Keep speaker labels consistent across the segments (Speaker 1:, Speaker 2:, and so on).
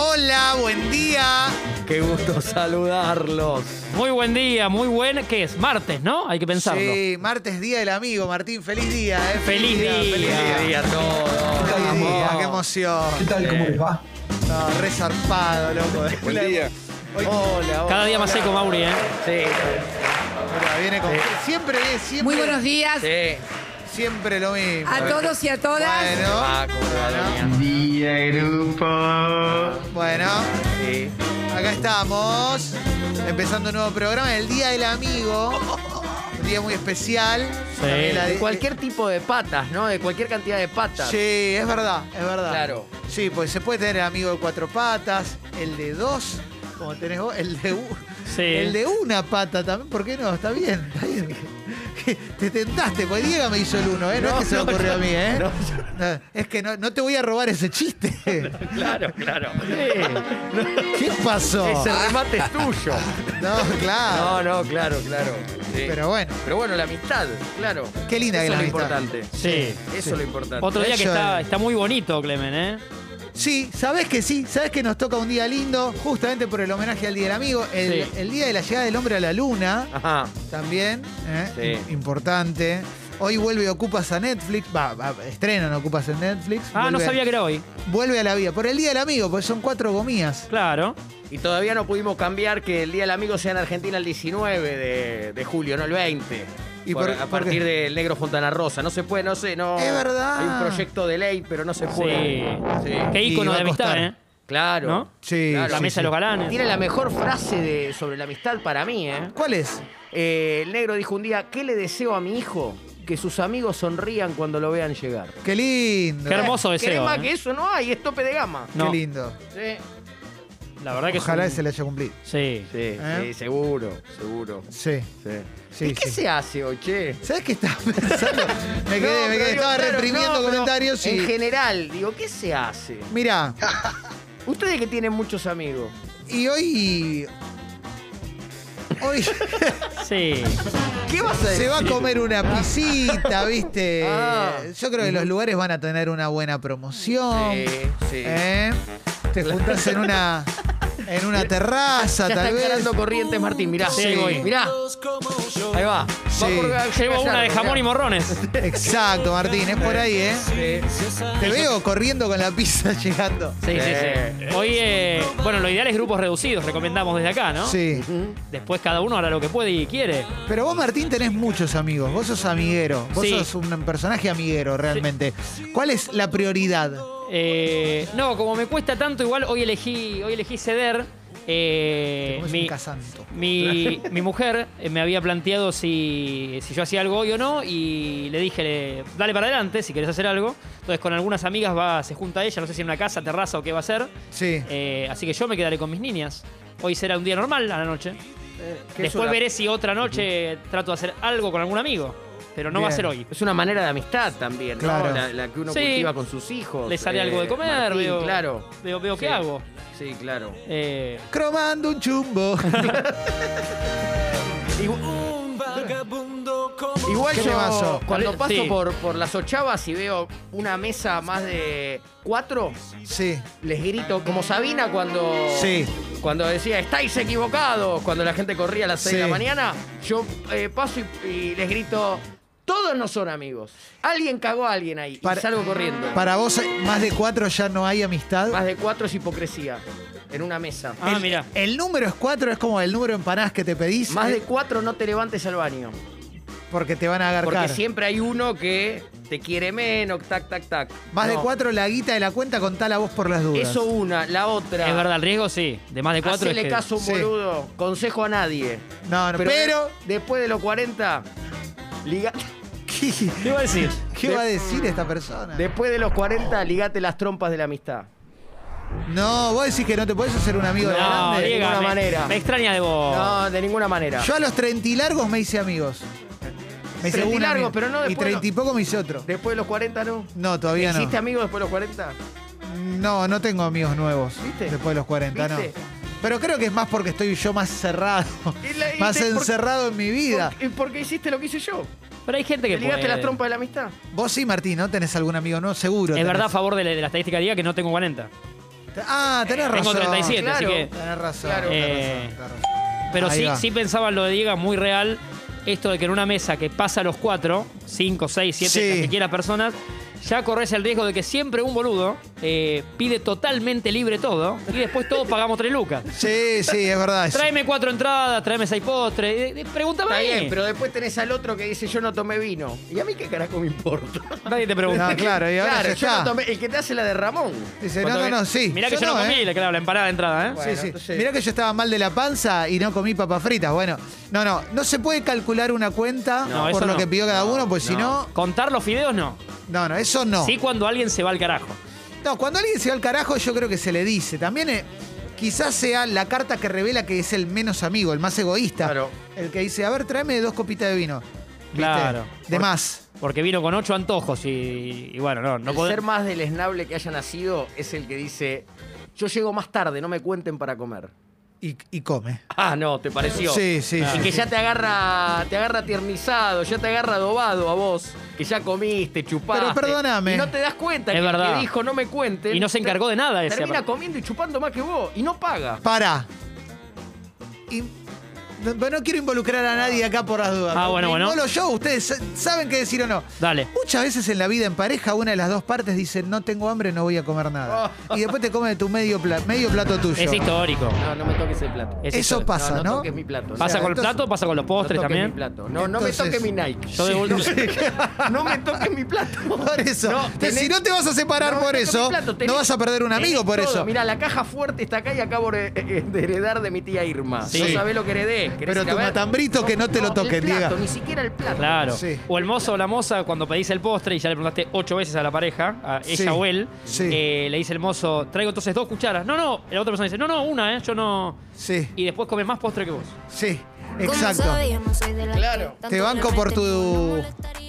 Speaker 1: Hola, buen día.
Speaker 2: Qué gusto saludarlos.
Speaker 3: Muy buen día, muy buen. ¿Qué es? Martes, ¿no? Hay que pensarlo.
Speaker 1: Sí, martes día del amigo, Martín. Feliz día, ¿eh?
Speaker 3: Feliz día.
Speaker 2: Feliz día a
Speaker 1: Feliz
Speaker 2: todos.
Speaker 1: día,
Speaker 2: Vamos.
Speaker 1: qué emoción.
Speaker 4: ¿Qué tal? ¿Cómo les va?
Speaker 1: No, re zarpado, loco.
Speaker 5: Buen día.
Speaker 1: Hoy- hola, hola.
Speaker 3: Cada día más seco, Mauri, ¿eh?
Speaker 2: Sí,
Speaker 1: Hola, viene con- Siempre, eh, siempre.
Speaker 6: Muy buenos días
Speaker 2: sí.
Speaker 1: Siempre lo mismo.
Speaker 6: a todos y a todas.
Speaker 1: Bueno,
Speaker 2: Ah, cómo le va,
Speaker 1: bueno,
Speaker 2: Doña.
Speaker 1: bueno,
Speaker 2: Sí.
Speaker 1: acá estamos. Empezando un nuevo programa, el Día del Amigo. Un día muy especial.
Speaker 3: Sí.
Speaker 1: También la
Speaker 2: De
Speaker 1: di-
Speaker 2: cualquier tipo de patas, ¿no? De cualquier cantidad de patas.
Speaker 1: Sí, es verdad, es verdad.
Speaker 2: Claro.
Speaker 1: Sí, pues se puede tener el amigo de cuatro patas, el de dos, como tenés vos, el de, u-
Speaker 3: Sí.
Speaker 1: el de una pata también. ¿Por qué no? Está bien, está bien. Te tentaste, porque Diego me hizo el uno, ¿eh? No, es que se me
Speaker 2: No,
Speaker 1: ocurrió
Speaker 2: no,
Speaker 1: a mí, ¿eh?
Speaker 2: no,
Speaker 1: No, es que no, no te voy a robar ese chiste.
Speaker 2: Claro, claro.
Speaker 1: ¿Qué pasó?
Speaker 2: Ese remate es tuyo.
Speaker 1: No, claro.
Speaker 2: No, no, claro, claro. Sí.
Speaker 1: Pero bueno,
Speaker 2: Pero bueno, la amistad, claro.
Speaker 1: Qué linda que
Speaker 2: Eso
Speaker 1: la
Speaker 2: es lo
Speaker 1: amistad.
Speaker 2: importante.
Speaker 3: Sí.
Speaker 2: Eso es lo importante.
Speaker 3: Otro día que
Speaker 1: Eso
Speaker 3: está,
Speaker 1: es.
Speaker 3: está muy bonito, Clemen, ¿eh?
Speaker 1: sí, sabes que sí, sabes que nos toca un día lindo, justamente por el homenaje al Día del Amigo, el,
Speaker 3: Sí.
Speaker 1: el día de la llegada del hombre a la luna.
Speaker 2: Ajá.
Speaker 1: También, ¿eh?
Speaker 2: Sí.
Speaker 1: importante. Hoy vuelve Ocupas a Netflix. Va, va, estrenan Ocupas en Netflix.
Speaker 3: Ah, no
Speaker 1: Vuelve-
Speaker 3: sabía que era hoy.
Speaker 1: Vuelve a la vida. Por el Día del Amigo, porque son cuatro gomías.
Speaker 3: Claro.
Speaker 2: Y todavía no pudimos cambiar que el Día del Amigo sea en Argentina el 19 de, de julio, no el 20.
Speaker 1: ¿Y
Speaker 2: ¿Y
Speaker 1: por-
Speaker 2: a
Speaker 1: por
Speaker 2: partir
Speaker 1: qué?
Speaker 2: del Negro Fontana Rosa. No se puede, no sé, no.
Speaker 1: Es verdad.
Speaker 2: Hay un proyecto de ley, pero no se
Speaker 3: Sí.
Speaker 2: puede. Sí.
Speaker 3: Qué
Speaker 1: Y
Speaker 3: ícono
Speaker 1: va a
Speaker 3: de amistad,
Speaker 1: costar.
Speaker 3: ¿eh?
Speaker 2: Claro.
Speaker 3: ¿No?
Speaker 1: Sí,
Speaker 2: Claro,
Speaker 3: La
Speaker 1: sí,
Speaker 3: mesa
Speaker 1: sí.
Speaker 3: de los galanes.
Speaker 2: Tiene la mejor frase de, sobre la amistad para mí, ¿eh?
Speaker 1: ¿Cuál es?
Speaker 2: Eh, El negro dijo un día, ¿qué le deseo a mi hijo? Que sus amigos sonrían cuando lo vean llegar.
Speaker 1: Qué lindo.
Speaker 3: Qué hermoso
Speaker 2: ¿Querés
Speaker 3: deseo.
Speaker 2: más
Speaker 3: ¿eh?
Speaker 2: que eso? No hay, es tope de gama.
Speaker 1: Qué
Speaker 3: No,
Speaker 1: lindo.
Speaker 2: Sí.
Speaker 3: la verdad que es
Speaker 1: Ojalá
Speaker 3: un-
Speaker 1: se le haya cumplido.
Speaker 3: Sí.
Speaker 2: Sí,
Speaker 1: ¿Eh?
Speaker 2: sí, seguro, seguro.
Speaker 1: Sí.
Speaker 2: Sí.
Speaker 1: Sí,
Speaker 2: ¿Y qué
Speaker 1: sí.
Speaker 2: se hace hoy, che?
Speaker 1: ¿Sabes qué estaba pensando? Me
Speaker 2: No,
Speaker 1: quedé, me quedé.
Speaker 2: pero digo,
Speaker 1: Estaba
Speaker 2: claro,
Speaker 1: reprimiendo
Speaker 2: no, pero
Speaker 1: comentarios y.
Speaker 2: En general, digo, ¿qué se hace?
Speaker 1: Mirá,
Speaker 2: Ustedes que tienen muchos amigos.
Speaker 1: y hoy. Hoy
Speaker 3: Sí.
Speaker 2: ¿Qué vas a decir?
Speaker 1: se va a comer una pisita, ¿viste?
Speaker 2: Ah.
Speaker 1: Yo creo que los lugares van a tener una buena
Speaker 3: Oh.
Speaker 1: promoción.
Speaker 2: Sí, sí.
Speaker 1: ¿Eh? Te juntás en una en una terraza,
Speaker 2: Ya está
Speaker 1: tal vez.
Speaker 2: encarando corrientes, Martín. Mirá,
Speaker 3: Sí.
Speaker 2: ahí voy. Mirá. Ahí va. va
Speaker 1: Sí.
Speaker 3: Llevo una de jamón y morrones.
Speaker 1: Exacto, Martín, es por ahí, ¿eh? Te veo corriendo con la pizza llegando.
Speaker 3: Sí, sí,
Speaker 2: Sí.
Speaker 3: sí. Hoy, eh, bueno, lo ideal es grupos reducidos, recomendamos desde acá, ¿no?
Speaker 1: Sí.
Speaker 2: ¿Mm? Eh,
Speaker 3: Después cada uno hará lo que puede y quiere.
Speaker 1: Pero vos, Martín, tenés muchos amigos. Vos sos amiguero. Vos
Speaker 3: Sí.
Speaker 1: sos un personaje amiguero, realmente. ¿Cuál es la prioridad?
Speaker 3: Eh, no, como me cuesta tanto, igual hoy elegí, hoy elegí ceder. Eh,
Speaker 1: Vos sos un
Speaker 3: mi,
Speaker 1: casanto.
Speaker 3: mi, mi mujer eh, me había planteado si, si yo hacía algo hoy o no y le dije, le- dale para adelante si querés hacer algo. Entonces con algunas amigas va, se junta ella, no sé si en una casa, terraza o qué va a ser.
Speaker 1: Sí.
Speaker 3: Eh, así que yo me quedaré con mis niñas. Hoy será un día normal a la noche. Después veré si otra noche trato de hacer algo con algún amigo. Pero no va
Speaker 1: Bien.
Speaker 3: a ser hoy.
Speaker 2: Es una manera de amistad también,
Speaker 1: Claro.
Speaker 2: ¿no? La, la que uno
Speaker 3: Sí.
Speaker 2: cultiva con sus hijos.
Speaker 3: Le sale
Speaker 2: Eh,
Speaker 3: algo de comer,
Speaker 2: Martín,
Speaker 3: veo,
Speaker 2: Claro.
Speaker 3: veo, veo qué
Speaker 2: Sí.
Speaker 3: hago.
Speaker 2: Sí, claro.
Speaker 3: Eh,
Speaker 1: Cromando un chumbo.
Speaker 2: Igual
Speaker 1: ¿Qué
Speaker 2: yo
Speaker 1: temazo?
Speaker 2: cuando paso
Speaker 3: Sí.
Speaker 2: por, por las ochavas y veo una mesa más de cuatro,
Speaker 1: Sí.
Speaker 2: les grito, como Sabina cuando,
Speaker 1: Sí.
Speaker 2: cuando decía, estáis equivocados, cuando la gente corría a las seis
Speaker 1: Sí.
Speaker 2: de la mañana, yo eh, paso y, y les grito, todos no son amigos. Alguien cagó a alguien ahí
Speaker 1: Para-
Speaker 2: y salgo corriendo.
Speaker 1: Para vos, eh, más de cuatro ya no hay amistad.
Speaker 2: Más de cuatro es hipocresía en una mesa.
Speaker 3: ah,
Speaker 1: el,
Speaker 3: mira.
Speaker 1: el número es cuatro, es como el número de empanadas que te pedís.
Speaker 2: Más de
Speaker 1: eh,
Speaker 2: cuatro no te levantes al baño.
Speaker 1: Porque te van a agarcar.
Speaker 2: Porque siempre hay uno que te quiere menos, tac, tac, tac.
Speaker 1: Más de
Speaker 2: No.
Speaker 1: cuatro la guita de la cuenta, contala vos por las dudas.
Speaker 2: Eso una, la otra.
Speaker 3: Es verdad, el riesgo sí. De más de cuatro.
Speaker 2: Hacele
Speaker 3: es que-
Speaker 2: caso a un
Speaker 1: Sí.
Speaker 2: boludo. Consejo a nadie.
Speaker 1: No, no, pero. eh,
Speaker 2: después de los 40, liga-
Speaker 1: ¿qué,
Speaker 3: ¿Qué iba a decir?
Speaker 1: qué va a decir esta persona?
Speaker 2: después de los 40, ligate las trompas de la amistad.
Speaker 1: No, vos decís que no te podés hacer un amigo de
Speaker 3: No,
Speaker 1: grande.
Speaker 2: de
Speaker 3: Diego,
Speaker 2: ninguna
Speaker 3: me,
Speaker 2: manera.
Speaker 3: me extraña de vos.
Speaker 2: No, de ninguna manera.
Speaker 1: Yo a los 30 y largos me hice amigos. Me hice
Speaker 2: Treinta y
Speaker 1: un
Speaker 2: largos,
Speaker 1: amigo.
Speaker 2: pero no
Speaker 1: Y
Speaker 2: después
Speaker 1: 30 y poco me hice otro.
Speaker 2: Después de los 40, no.
Speaker 1: No, todavía no.
Speaker 2: ¿Hiciste amigos después de los 40?
Speaker 1: No, no tengo amigos nuevos.
Speaker 2: ¿Viste?
Speaker 1: Después de los 40,
Speaker 2: ¿Viste?
Speaker 1: no. Pero creo que es más porque estoy yo más cerrado.
Speaker 2: Y la- y
Speaker 1: más
Speaker 2: te- por-
Speaker 1: encerrado en mi vida. pues.
Speaker 2: ¿Por, y por qué hiciste lo que hice yo?
Speaker 3: Pero hay gente que.
Speaker 2: Te ligaste
Speaker 3: puede.
Speaker 2: las trompas de la amistad.
Speaker 1: Vos sí, Martín, ¿no? ¿Tenés algún amigo nuevo? Seguro.
Speaker 3: Es
Speaker 1: tenés.
Speaker 3: verdad, a favor de la, de la estadística, diga que no tengo 40.
Speaker 1: Ah, tenés razón.
Speaker 3: Tengo 37,
Speaker 2: Claro.
Speaker 3: así que.
Speaker 1: Tenés razón,
Speaker 2: Claro.
Speaker 1: tenés
Speaker 3: Eh,
Speaker 1: razón, tenés razón.
Speaker 3: Pero
Speaker 1: Ahí
Speaker 3: sí,
Speaker 1: va.
Speaker 3: sí pensaba en lo de Diego, muy real. Esto de que en una mesa que pasa a los cuatro, cinco, seis, siete,
Speaker 1: Sí.
Speaker 3: las que quieras personas, ya corres el riesgo de que siempre un boludo eh, pide totalmente libre todo y después todos pagamos tres lucas.
Speaker 1: Sí, sí, es verdad. eso.
Speaker 3: Tráeme cuatro entradas, tráeme seis postres. eh, eh, Pregúntame
Speaker 2: Está
Speaker 3: a mí.
Speaker 2: bien, pero después tenés al otro que dice yo no tomé vino. ¿Y a mí qué carajo me importa?
Speaker 3: Nadie te pregunta.
Speaker 1: No, Ah, claro, y ahora
Speaker 2: claro,
Speaker 1: ya
Speaker 2: yo
Speaker 1: está.
Speaker 2: no tomé. El que te hace la de Ramón.
Speaker 1: Dice, no,
Speaker 2: Cuando
Speaker 1: no,
Speaker 2: ve-
Speaker 1: no, sí.
Speaker 3: Mirá que yo, no
Speaker 1: ¿eh?
Speaker 3: comí la, claro, la empanada de entrada, ¿eh?
Speaker 2: Bueno.
Speaker 1: Sí, sí.
Speaker 2: entonces-
Speaker 1: Mirá que yo estaba mal de la panza y no comí papas fritas. Bueno, no, no. No se puede calcular una cuenta
Speaker 3: No,
Speaker 1: por
Speaker 3: eso
Speaker 1: lo
Speaker 3: no.
Speaker 1: que pidió cada uno, pues si no.
Speaker 3: Contar los fideos no.
Speaker 1: No, no, eso no.
Speaker 3: Sí cuando alguien se va al carajo.
Speaker 1: No, cuando alguien se va al carajo, yo creo que se le dice. También eh, quizás sea la carta que revela que es el menos amigo, el más egoísta.
Speaker 2: Claro.
Speaker 1: El que dice, a ver, tráeme dos copitas de vino. ¿Viste?
Speaker 3: Claro.
Speaker 1: De más.
Speaker 3: Porque vino con ocho antojos y, y bueno, no, no
Speaker 2: el
Speaker 3: pode-
Speaker 2: ser más deleznable que haya nacido es el que dice yo llego más tarde, no me cuenten para comer.
Speaker 1: Y, y come.
Speaker 2: Ah, no, ¿te pareció?
Speaker 1: Sí, sí,
Speaker 2: Y
Speaker 1: sí,
Speaker 2: que
Speaker 1: sí.
Speaker 2: ya te agarra, te agarra tiernizado, ya te agarra adobado a vos, que ya comiste, chupaste.
Speaker 1: Pero perdóname.
Speaker 2: Y no te das cuenta
Speaker 3: Es
Speaker 2: que el
Speaker 3: verdad.
Speaker 2: que dijo no me cuenten.
Speaker 3: Y no se encargó de nada ese.
Speaker 2: Termina
Speaker 3: aparte.
Speaker 2: comiendo y chupando más que vos y no paga.
Speaker 1: Para. Y, no, pero no quiero involucrar a nadie acá por las dudas.
Speaker 3: Ah, bueno,
Speaker 1: Ni
Speaker 3: bueno.
Speaker 1: Molo, yo, ustedes sa- saben qué decir o no.
Speaker 3: Dale.
Speaker 1: Muchas veces en la vida en pareja, una de las dos partes dice, no tengo hambre, no voy a comer nada.
Speaker 2: Oh.
Speaker 1: Y después te come de tu medio, pla- medio plato tuyo.
Speaker 3: Es histórico.
Speaker 2: No, no me toques el plato.
Speaker 3: Es
Speaker 1: Eso
Speaker 3: histórico.
Speaker 1: pasa, ¿no?
Speaker 2: no, toques mi plato.
Speaker 3: Pasa
Speaker 1: sea,
Speaker 3: con
Speaker 1: entonces-
Speaker 3: el plato, pasa con los
Speaker 2: no
Speaker 3: postres
Speaker 2: toques
Speaker 3: también.
Speaker 2: mi plato. No, no
Speaker 1: Entonces-
Speaker 2: me toques mi Nike.
Speaker 3: Yo de vuelta-
Speaker 2: No me toques mi plato.
Speaker 1: Por eso.
Speaker 2: No,
Speaker 1: Entonces,
Speaker 2: tenés-
Speaker 1: si no te vas a separar
Speaker 2: No,
Speaker 1: por
Speaker 2: tenés
Speaker 1: eso,
Speaker 2: mi plato,
Speaker 1: no
Speaker 2: tenés-
Speaker 1: vas a perder un amigo por eso.
Speaker 2: Mira, la caja fuerte está acá y acabo de, eh, de heredar de mi tía Irma.
Speaker 3: Sí.
Speaker 2: No sabés lo que heredé. ¿Querés
Speaker 1: Pero
Speaker 2: ir a
Speaker 1: tu
Speaker 2: ver?
Speaker 1: matambrito que no te lo toquen,
Speaker 2: el plato,
Speaker 1: Diego.
Speaker 2: Ni siquiera el plato.
Speaker 3: Claro.
Speaker 1: Sí.
Speaker 3: O el mozo o la moza, cuando pedís el postre y ya le preguntaste ocho veces a la pareja, a ella
Speaker 1: Sí.
Speaker 3: o él,
Speaker 1: Sí.
Speaker 3: eh, le dice el mozo, traigo entonces dos cucharas. No, no. La otra persona dice, no, no, una, ¿eh? Yo no.
Speaker 1: Sí,
Speaker 3: Y después comes más postre que vos.
Speaker 1: sí,
Speaker 4: Como
Speaker 1: exacto.
Speaker 4: sabe, yo no soy de las
Speaker 2: Claro.
Speaker 4: que tanto
Speaker 1: Te banco por tu-
Speaker 4: le meten.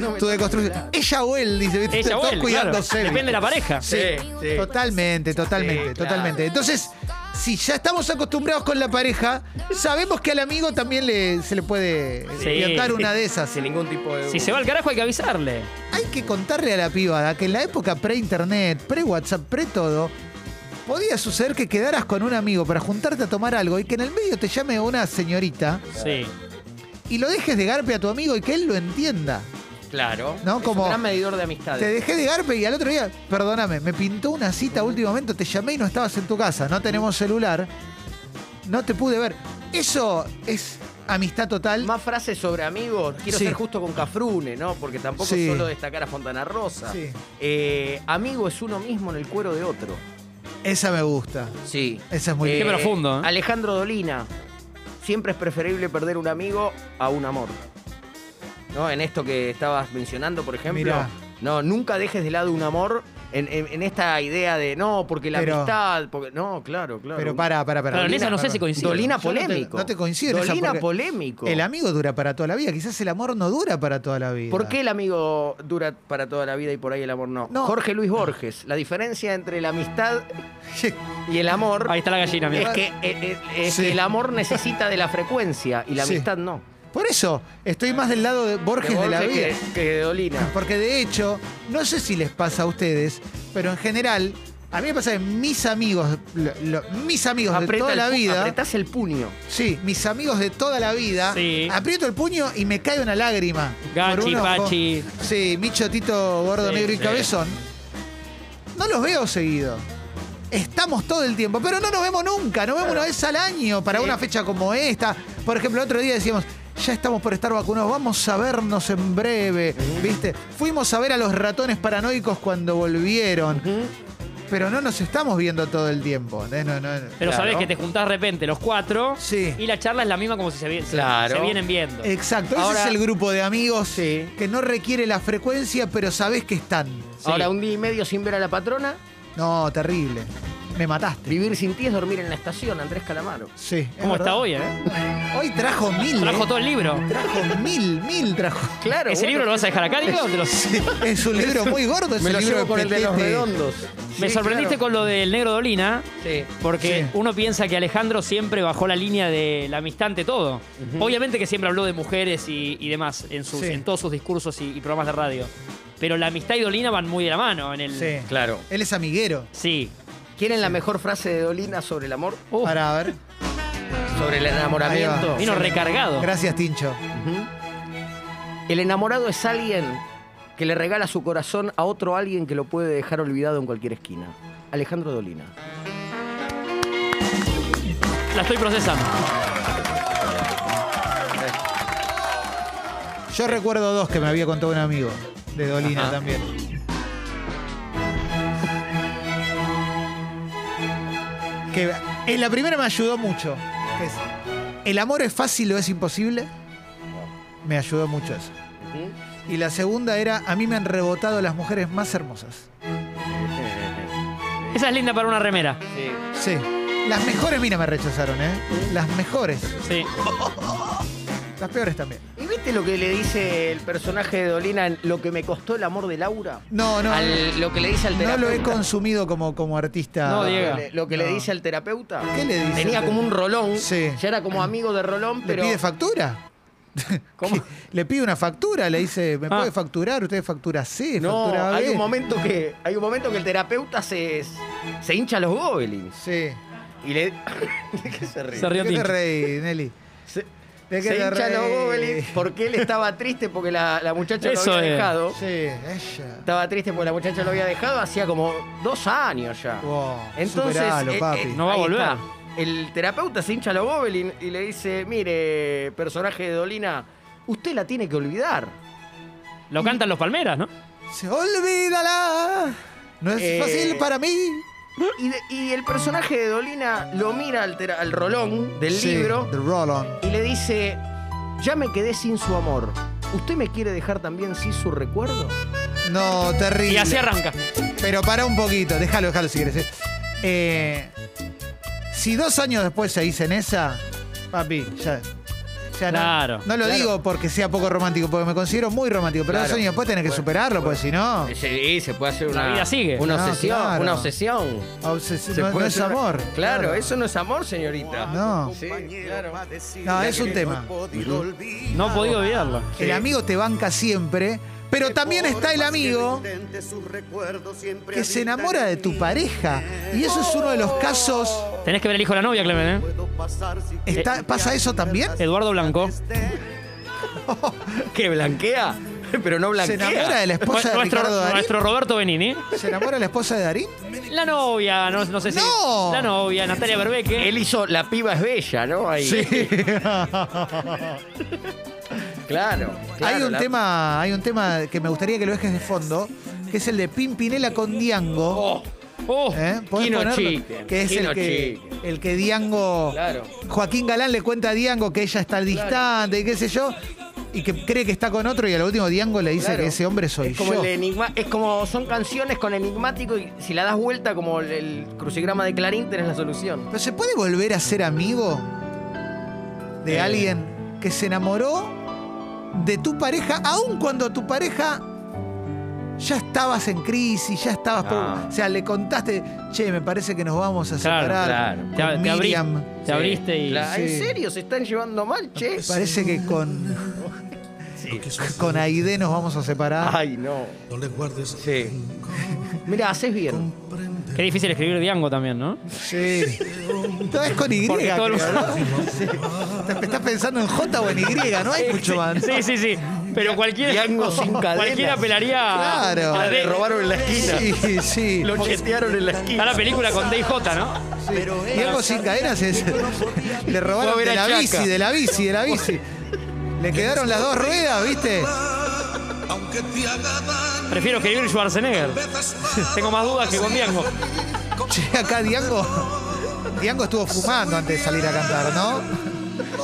Speaker 4: No me
Speaker 1: Tu deconstrucción. Ella o él, dice, ¿viste?
Speaker 3: Ella o
Speaker 1: Todos
Speaker 3: él. claro.
Speaker 1: cuidándose.
Speaker 3: Depende
Speaker 1: ¿viste?
Speaker 3: de la pareja.
Speaker 1: Sí,
Speaker 2: Sí,
Speaker 1: totalmente, totalmente,
Speaker 2: Sí, claro.
Speaker 1: totalmente. Entonces, si ya estamos acostumbrados con la pareja, sabemos que al amigo también le, se le puede
Speaker 3: Sí.
Speaker 1: orientar una de esas.
Speaker 2: Sin ningún tipo de.
Speaker 3: Si se va al carajo hay que avisarle.
Speaker 1: Hay que contarle a la pibada que en la época pre-internet, pre-WhatsApp, pre-todo, podía suceder que quedaras con un amigo para juntarte a tomar algo y que en el medio te llame una señorita
Speaker 3: Sí.
Speaker 1: y lo dejes de garpe a tu amigo y que él lo entienda.
Speaker 2: Claro.
Speaker 1: No,
Speaker 2: Es
Speaker 1: como-
Speaker 2: un gran medidor de amistades.
Speaker 1: Te dejé de garpe y al otro día, perdóname, me pintó una cita a último momento, te llamé y no estabas en tu casa, no tenemos celular, no te pude ver. Eso es amistad total.
Speaker 2: Más frases sobre amigos. Quiero
Speaker 1: Sí.
Speaker 2: ser justo con Cafrune, ¿no? Porque tampoco
Speaker 1: Sí.
Speaker 2: solo destacar a Fontana Rosa.
Speaker 1: Sí.
Speaker 2: Eh, amigo es uno mismo en el cuero de otro.
Speaker 1: Esa me gusta.
Speaker 2: Sí.
Speaker 1: Esa es muy
Speaker 3: Qué profundo, ¿eh?
Speaker 2: Alejandro Dolina. Siempre es preferible perder un amigo a un amor. ¿No? En esto que estabas mencionando, por ejemplo.
Speaker 1: Mirá.
Speaker 2: No, nunca dejes de lado un amor en, en- en esta idea de no, porque la
Speaker 1: Pero-
Speaker 2: amistad. Porque, no, claro, claro.
Speaker 1: Pero para, para, para.
Speaker 3: Pero en esa no sé si coincide.
Speaker 2: Dolina
Speaker 1: Yo no te-
Speaker 2: polémico.
Speaker 1: no te coincido en esa
Speaker 2: Dolina
Speaker 1: porque
Speaker 2: polémico.
Speaker 1: El amigo dura para toda la vida, quizás el amor no dura para toda la vida.
Speaker 2: ¿Por qué el amigo dura para toda la vida y por ahí el amor no?
Speaker 1: No.
Speaker 2: Jorge Luis Borges, la diferencia entre la amistad
Speaker 1: Sí,
Speaker 2: y el amor
Speaker 3: Ahí está la gallina,
Speaker 2: es,
Speaker 3: mira.
Speaker 2: que, eh, eh, es
Speaker 1: Sí.
Speaker 2: que el amor necesita de la frecuencia y la
Speaker 1: Sí.
Speaker 2: amistad no.
Speaker 1: Por eso, estoy más del lado de Borges de, la vida.
Speaker 2: Que, que de Dolina.
Speaker 1: Porque de hecho, no sé si les pasa a ustedes, pero en general, a mí me pasa que mis amigos, lo- lo- mis amigos de
Speaker 2: Apreta
Speaker 1: toda
Speaker 2: el
Speaker 1: la
Speaker 2: pu-
Speaker 1: vida,
Speaker 2: Apretás el puño.
Speaker 1: sí, mis amigos de toda la vida,
Speaker 3: Sí.
Speaker 1: aprieto el puño y me cae una lágrima. por
Speaker 3: Gachi,
Speaker 1: un ojo.
Speaker 3: Pachi.
Speaker 1: Sí, Micho, Tito, Gordo,
Speaker 3: Sí,
Speaker 1: Negro y
Speaker 3: sí.
Speaker 1: Cabezón. No los veo seguido. Estamos todo el tiempo, pero no nos vemos nunca. Nos vemos una vez al año para
Speaker 2: Sí.
Speaker 1: una fecha como esta. Por ejemplo, el otro día decíamos, ya estamos por estar vacunados, vamos a vernos en breve. ¿Viste? Fuimos a ver a los ratones paranoicos cuando volvieron. Pero no nos estamos viendo todo el tiempo. ¿eh? No, no, no.
Speaker 2: Claro.
Speaker 3: Pero sabés que te juntás de repente los cuatro
Speaker 1: Sí.
Speaker 3: y la charla es la misma como si se, vi- se-
Speaker 2: Claro.
Speaker 3: se vienen viendo.
Speaker 1: Exacto.
Speaker 2: Ahora-
Speaker 1: Ese es el grupo de amigos
Speaker 2: Sí.
Speaker 1: que no requiere la frecuencia, pero sabés que están.
Speaker 3: Sí.
Speaker 2: Ahora, un día y medio sin ver a la patrona,
Speaker 1: No, terrible. Me mataste.
Speaker 2: vivir sin ti es dormir en la estación, Andrés Calamaro.
Speaker 1: Sí. es
Speaker 3: ¿Cómo está
Speaker 1: verdad.
Speaker 3: hoy, eh?
Speaker 1: Hoy trajo mil.
Speaker 3: Trajo
Speaker 1: eh.
Speaker 3: todo el libro.
Speaker 1: Trajo mil, mil trajo.
Speaker 2: Claro.
Speaker 3: ¿Ese
Speaker 2: bueno,
Speaker 3: libro lo vas a dejar acá, Diego? o te lo-
Speaker 1: Sí, es un libro muy gordo, es
Speaker 2: Me
Speaker 1: un
Speaker 2: lo
Speaker 1: libro
Speaker 2: llevo con el de los
Speaker 1: petete.
Speaker 2: redondos.
Speaker 3: Me
Speaker 2: Sí,
Speaker 3: sorprendiste
Speaker 2: claro.
Speaker 3: con lo del negro Dolina,
Speaker 2: Sí.
Speaker 3: porque
Speaker 1: Sí.
Speaker 3: uno piensa que Alejandro siempre bajó la línea de la amistad ante todo. Obviamente que siempre habló de mujeres y, y demás en, sus,
Speaker 1: Sí.
Speaker 3: en todos sus discursos y, y programas de radio. Pero la amistad y Dolina van muy de la mano en el.
Speaker 1: Sí.
Speaker 2: Claro.
Speaker 1: Él es amiguero.
Speaker 3: Sí.
Speaker 2: ¿Quieren la mejor frase de Dolina sobre el amor?
Speaker 3: Uh,
Speaker 1: Para ver.
Speaker 2: Sobre el enamoramiento.
Speaker 3: vino recargado.
Speaker 1: Gracias, Tincho.
Speaker 2: Ujú. El enamorado es alguien que le regala su corazón a otro alguien que lo puede dejar olvidado en cualquier esquina. Alejandro Dolina.
Speaker 3: La estoy procesando.
Speaker 1: Yo recuerdo dos que me había contado un amigo de Dolina
Speaker 2: Ajá.
Speaker 1: también. Que en la primera me ayudó mucho. que es, ¿El amor es fácil o es imposible? Me ayudó mucho eso. Y la segunda era, a mí me han rebotado las mujeres más hermosas.
Speaker 3: Esa es linda para una remera.
Speaker 1: Sí. Las mejores minas me rechazaron, ¿eh? Las mejores.
Speaker 3: Sí.
Speaker 1: Las peores también.
Speaker 2: ¿Y viste lo que le dice el personaje de Dolina en Lo que me costó el amor de Laura?
Speaker 1: No, no.
Speaker 2: Al- lo que le dice al
Speaker 1: no
Speaker 2: terapeuta.
Speaker 1: lo he consumido como, como artista.
Speaker 3: No, Diego.
Speaker 2: Lo que le- Lo que le
Speaker 1: No.
Speaker 2: dice al terapeuta.
Speaker 1: ¿Qué le dice?
Speaker 2: Tenía como un rolón.
Speaker 1: Sí.
Speaker 2: Ya era como amigo de rolón,
Speaker 1: ¿Le
Speaker 2: pero.
Speaker 1: pide factura?
Speaker 3: ¿Cómo?
Speaker 1: Le pide una factura, le dice, ¿me
Speaker 3: Ah.
Speaker 1: puede facturar? Usted factura C,
Speaker 2: No,
Speaker 1: factura B.
Speaker 2: hay un momento que. Hay un momento que el terapeuta se, se hincha los goblins.
Speaker 1: Sí.
Speaker 2: Y le. ¿De qué se ríe?
Speaker 3: Se
Speaker 1: ¿De
Speaker 3: ríe. Río
Speaker 1: qué te
Speaker 3: Tinto.
Speaker 1: reí, Nelly?
Speaker 2: Se,
Speaker 1: ¿De qué
Speaker 2: se
Speaker 1: te
Speaker 2: hincha los
Speaker 1: reí?
Speaker 2: goblins porque él estaba triste porque la, la muchacha
Speaker 3: Eso
Speaker 2: lo había
Speaker 3: es.
Speaker 2: dejado.
Speaker 1: Sí, ella.
Speaker 2: Estaba triste porque la muchacha lo había dejado hacía como dos años ya.
Speaker 1: Wow,
Speaker 2: Entonces,
Speaker 1: superalo,
Speaker 2: eh,
Speaker 1: papi.
Speaker 2: eh,
Speaker 3: No va a
Speaker 2: ahí
Speaker 3: volver.
Speaker 2: está. El terapeuta se hincha los Gobelin y le dice, mire, personaje de Dolina, usted la tiene que olvidar.
Speaker 3: Lo cantan los palmeras, ¿no?
Speaker 1: Se olvídala. No es
Speaker 2: Eh.
Speaker 1: fácil para mí.
Speaker 2: Y, de- y el personaje de Dolina lo mira al, tera- al rolón del
Speaker 1: Sí,
Speaker 2: libro
Speaker 1: The Roll On.
Speaker 2: y le dice, ya me quedé sin su amor. ¿Usted me quiere dejar también sin su recuerdo?
Speaker 1: No, terrible.
Speaker 3: Y así arranca.
Speaker 1: Pero para un poquito, déjalo, déjalo si quieres. eh. Eh, si dos años después se en esa, papi, ya. ya no-
Speaker 3: Claro,
Speaker 1: No, lo
Speaker 2: claro.
Speaker 1: digo porque sea poco romántico, porque me considero muy romántico, pero
Speaker 2: Claro.
Speaker 1: dos años después tenés que
Speaker 2: Bueno,
Speaker 1: superarlo, porque si no.
Speaker 2: Eh, Sí, se puede hacer
Speaker 3: La
Speaker 2: una,
Speaker 3: vida sigue.
Speaker 2: una
Speaker 1: No,
Speaker 2: obsesión.
Speaker 1: claro.
Speaker 2: Una obsesión.
Speaker 1: obses-
Speaker 2: Se
Speaker 1: no,
Speaker 2: puede
Speaker 1: no es
Speaker 2: hacer una-
Speaker 1: amor.
Speaker 2: Claro, eso no es amor, señorita.
Speaker 1: No.
Speaker 2: Sí, claro.
Speaker 1: No, es un tema.
Speaker 3: No
Speaker 1: Ah,
Speaker 3: he podido olvidarlo.
Speaker 1: El amigo te banca siempre, pero también está el amigo que se enamora de tu pareja. Y eso es uno de los casos.
Speaker 3: Tenés que ver el hijo de la novia, Clemen, ¿eh?
Speaker 1: Está-
Speaker 2: Eh,
Speaker 1: ¿Pasa eso también?
Speaker 3: Eduardo Blanco.
Speaker 2: ¿Qué blanquea? Pero no
Speaker 1: ¿Se
Speaker 2: blanquea.
Speaker 1: enamora de la esposa de
Speaker 3: nuestro,
Speaker 1: Ricardo Darín?
Speaker 3: nuestro Roberto Benini.
Speaker 1: ¿Se enamora de la esposa de Darín?
Speaker 3: La novia, no, no sé si.
Speaker 1: ¡No!
Speaker 3: La novia, Natalia Berbeque.
Speaker 2: Él hizo La piba es bella, ¿no? Ahí. Claro. claro,
Speaker 1: hay un
Speaker 2: la-
Speaker 1: tema, hay un tema que me gustaría que lo dejes de fondo, que es el de Pimpinela con Diango.
Speaker 2: Oh,
Speaker 3: Oh,
Speaker 1: ¿Eh? ¿Podés
Speaker 2: Kino
Speaker 1: ponerlo?
Speaker 2: Chicken,
Speaker 1: que es
Speaker 2: Kino
Speaker 1: el que,
Speaker 2: Chicken.
Speaker 1: el que Diango.
Speaker 2: Claro.
Speaker 1: Joaquín Galán le cuenta a Diango que ella está distante y qué sé yo. Y que cree que está con otro y al último Diango le dice
Speaker 2: claro.
Speaker 1: que ese hombre soy
Speaker 2: es como
Speaker 1: yo.
Speaker 2: el enigma, es como son canciones con enigmático y si la das vuelta como el, el crucigrama de Clarín tenés la solución.
Speaker 1: ¿Pero se puede volver a ser amigo
Speaker 3: Eh.
Speaker 1: de alguien que se enamoró de tu pareja, aun cuando tu pareja ya estabas en crisis, ya estabas... por-
Speaker 2: No.
Speaker 1: O sea, le contaste, che, me parece que nos vamos a
Speaker 3: Ah. Claro,
Speaker 1: separar
Speaker 2: claro.
Speaker 1: con
Speaker 3: te, ab- te abrí-
Speaker 1: Miriam.
Speaker 3: te abriste y.
Speaker 2: Claro, ¿En
Speaker 1: sí.
Speaker 2: serio? ¿Se están llevando mal, che?
Speaker 1: Me parece que con, con Aide nos vamos a separar.
Speaker 2: Ay, no.
Speaker 5: No le guardes
Speaker 2: Sí. Mira, haces bien.
Speaker 3: Qué difícil escribir Diango también, ¿no?
Speaker 1: Sí. Todo es con Y.
Speaker 3: Porque todo el-
Speaker 1: creo, ¿no? Sí. Te- Estás pensando en J o en Y, no hay mucho más.
Speaker 3: Sí, sí, sí. Pero cualquiera.
Speaker 2: Diango sin cadenas.
Speaker 3: Cualquiera apelaría a-
Speaker 1: Claro.
Speaker 3: a.
Speaker 2: Ah, le robaron en la esquina.
Speaker 1: Sí, sí.
Speaker 2: Lo chetearon en la
Speaker 3: Está
Speaker 2: esquina.
Speaker 3: la película con DJ, ¿no?
Speaker 1: Sí. Y algo sin cadenas es. Le robaron
Speaker 2: Fue a ver
Speaker 1: de
Speaker 2: a
Speaker 1: la
Speaker 2: Chaca.
Speaker 1: bici, de la bici, de la bici. Le quedaron las dos ruedas, ¿viste?
Speaker 5: aunque te haga daño.
Speaker 3: Prefiero escribir Schwarzenegger. Tengo más dudas que con Diango.
Speaker 1: Che, acá Diango. Diango estuvo fumando antes de salir a cantar, ¿no?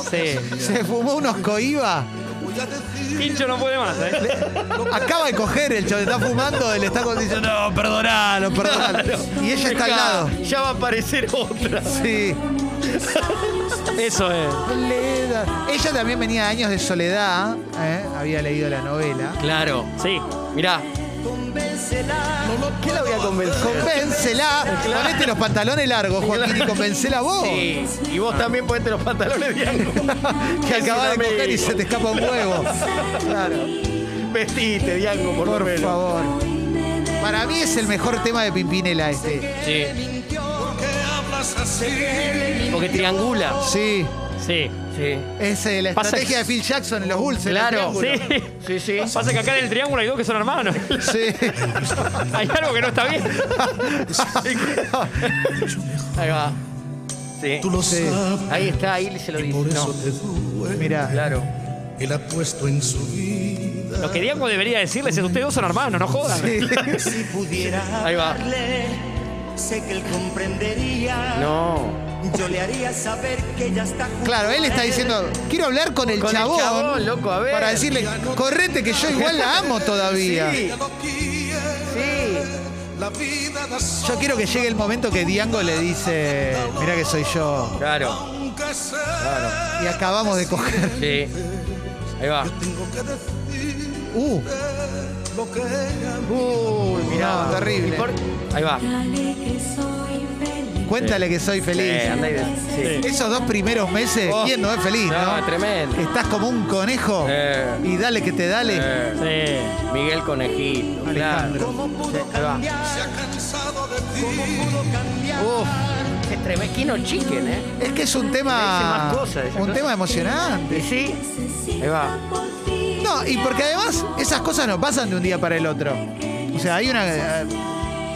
Speaker 3: Sí.
Speaker 1: Se fumó unos coiba.
Speaker 3: Pincho no puede más, ¿eh?
Speaker 1: Acaba de coger el chaval, está fumando, le está con- diciendo, no, perdonalo, perdonalo. Y ella está al lado.
Speaker 2: Ya va a aparecer otra.
Speaker 1: Sí.
Speaker 3: Eso es.
Speaker 1: Soledad. Ella también venía de años de soledad, ¿eh? había leído la novela.
Speaker 2: Claro.
Speaker 3: Sí.
Speaker 2: Mirá. ¿Qué la voy a convencer?
Speaker 1: Convéncela, ponete los pantalones largos, Joaquín, y convencela vos.
Speaker 2: Sí. Y vos también ponete los pantalones blancos.
Speaker 1: Que
Speaker 2: Es
Speaker 1: acabas
Speaker 2: un
Speaker 1: de coger y
Speaker 2: amigo.
Speaker 1: se te escapa un huevo. Claro,
Speaker 2: Vestite, Diango, por, lo
Speaker 1: por
Speaker 2: menos.
Speaker 1: favor. Para mí es el mejor tema de Pimpinela este.
Speaker 3: Sí.
Speaker 5: más así.
Speaker 2: Porque triangula.
Speaker 1: Sí,
Speaker 3: Sí.
Speaker 2: Sí.
Speaker 1: es eh, la
Speaker 3: Pasa
Speaker 1: estrategia
Speaker 3: que-
Speaker 1: de Phil Jackson en los Bulls. en el
Speaker 2: Claro.
Speaker 1: triángulo.
Speaker 3: Sí.
Speaker 2: Sí, sí.
Speaker 3: Pasa que acá en el triángulo hay dos que son hermanos.
Speaker 1: Sí.
Speaker 3: Hay algo que no está bien.
Speaker 2: Ahí va. Sí.
Speaker 5: Tú lo
Speaker 1: Sí.
Speaker 5: sabes.
Speaker 2: Ahí está, ahí se lo
Speaker 5: Y
Speaker 2: dice.
Speaker 5: por
Speaker 2: No,
Speaker 5: eso te duele.
Speaker 1: Mira,
Speaker 2: claro.
Speaker 5: Él ha puesto en su vida.
Speaker 3: Lo que Diego debería decirles es ustedes dos son hermanos, no jodan.
Speaker 7: Si pudiera
Speaker 2: Ahí va.
Speaker 7: hablarle, sé que él comprendería.
Speaker 2: No.
Speaker 7: Yo le haría saber que ya está junto
Speaker 1: claro, él
Speaker 7: a
Speaker 1: está diciendo, quiero hablar con el,
Speaker 2: Con el
Speaker 1: chabón,
Speaker 2: chabón, loco, a ver.
Speaker 1: para decirle, correte que yo igual la amo todavía.
Speaker 2: Sí.
Speaker 5: Ya no quiere
Speaker 2: Sí.
Speaker 5: la vida de
Speaker 1: Yo quiero que llegue el momento que Diango le dice, mira que soy yo.
Speaker 2: Claro.
Speaker 5: aunque sea.
Speaker 1: Y acabamos de coger.
Speaker 2: Sí. Ahí va.
Speaker 5: Tengo que decir
Speaker 1: Uh,
Speaker 5: lo que ella
Speaker 2: Uy, mirá.
Speaker 1: No, terrible.
Speaker 2: ¿Y por- Ahí va.
Speaker 1: cuéntale que soy feliz.
Speaker 2: Sí, Eh, andá y de- sí.
Speaker 1: Esos dos primeros meses,
Speaker 2: Oh.
Speaker 1: ¿quién no es feliz,
Speaker 2: No,
Speaker 1: no?
Speaker 2: tremendo.
Speaker 1: Que estás como un conejo
Speaker 2: Eh.
Speaker 1: y dale que te dale.
Speaker 2: Eh,
Speaker 3: Sí.
Speaker 2: Miguel Conejito.
Speaker 1: Alejandro.
Speaker 2: Claro. Sí, ahí va.
Speaker 5: se ha cansado de ti.
Speaker 2: Uf. Qué tremendo. Kino Chicken, ¿eh?
Speaker 1: Es que es un
Speaker 2: Dice
Speaker 1: tema.
Speaker 2: más cosas, esa
Speaker 1: Un
Speaker 2: cosa.
Speaker 1: tema emocionante.
Speaker 2: Y sí. Ahí va.
Speaker 1: No, y porque además esas cosas no pasan de un día para el otro. O sea, hay una. eh,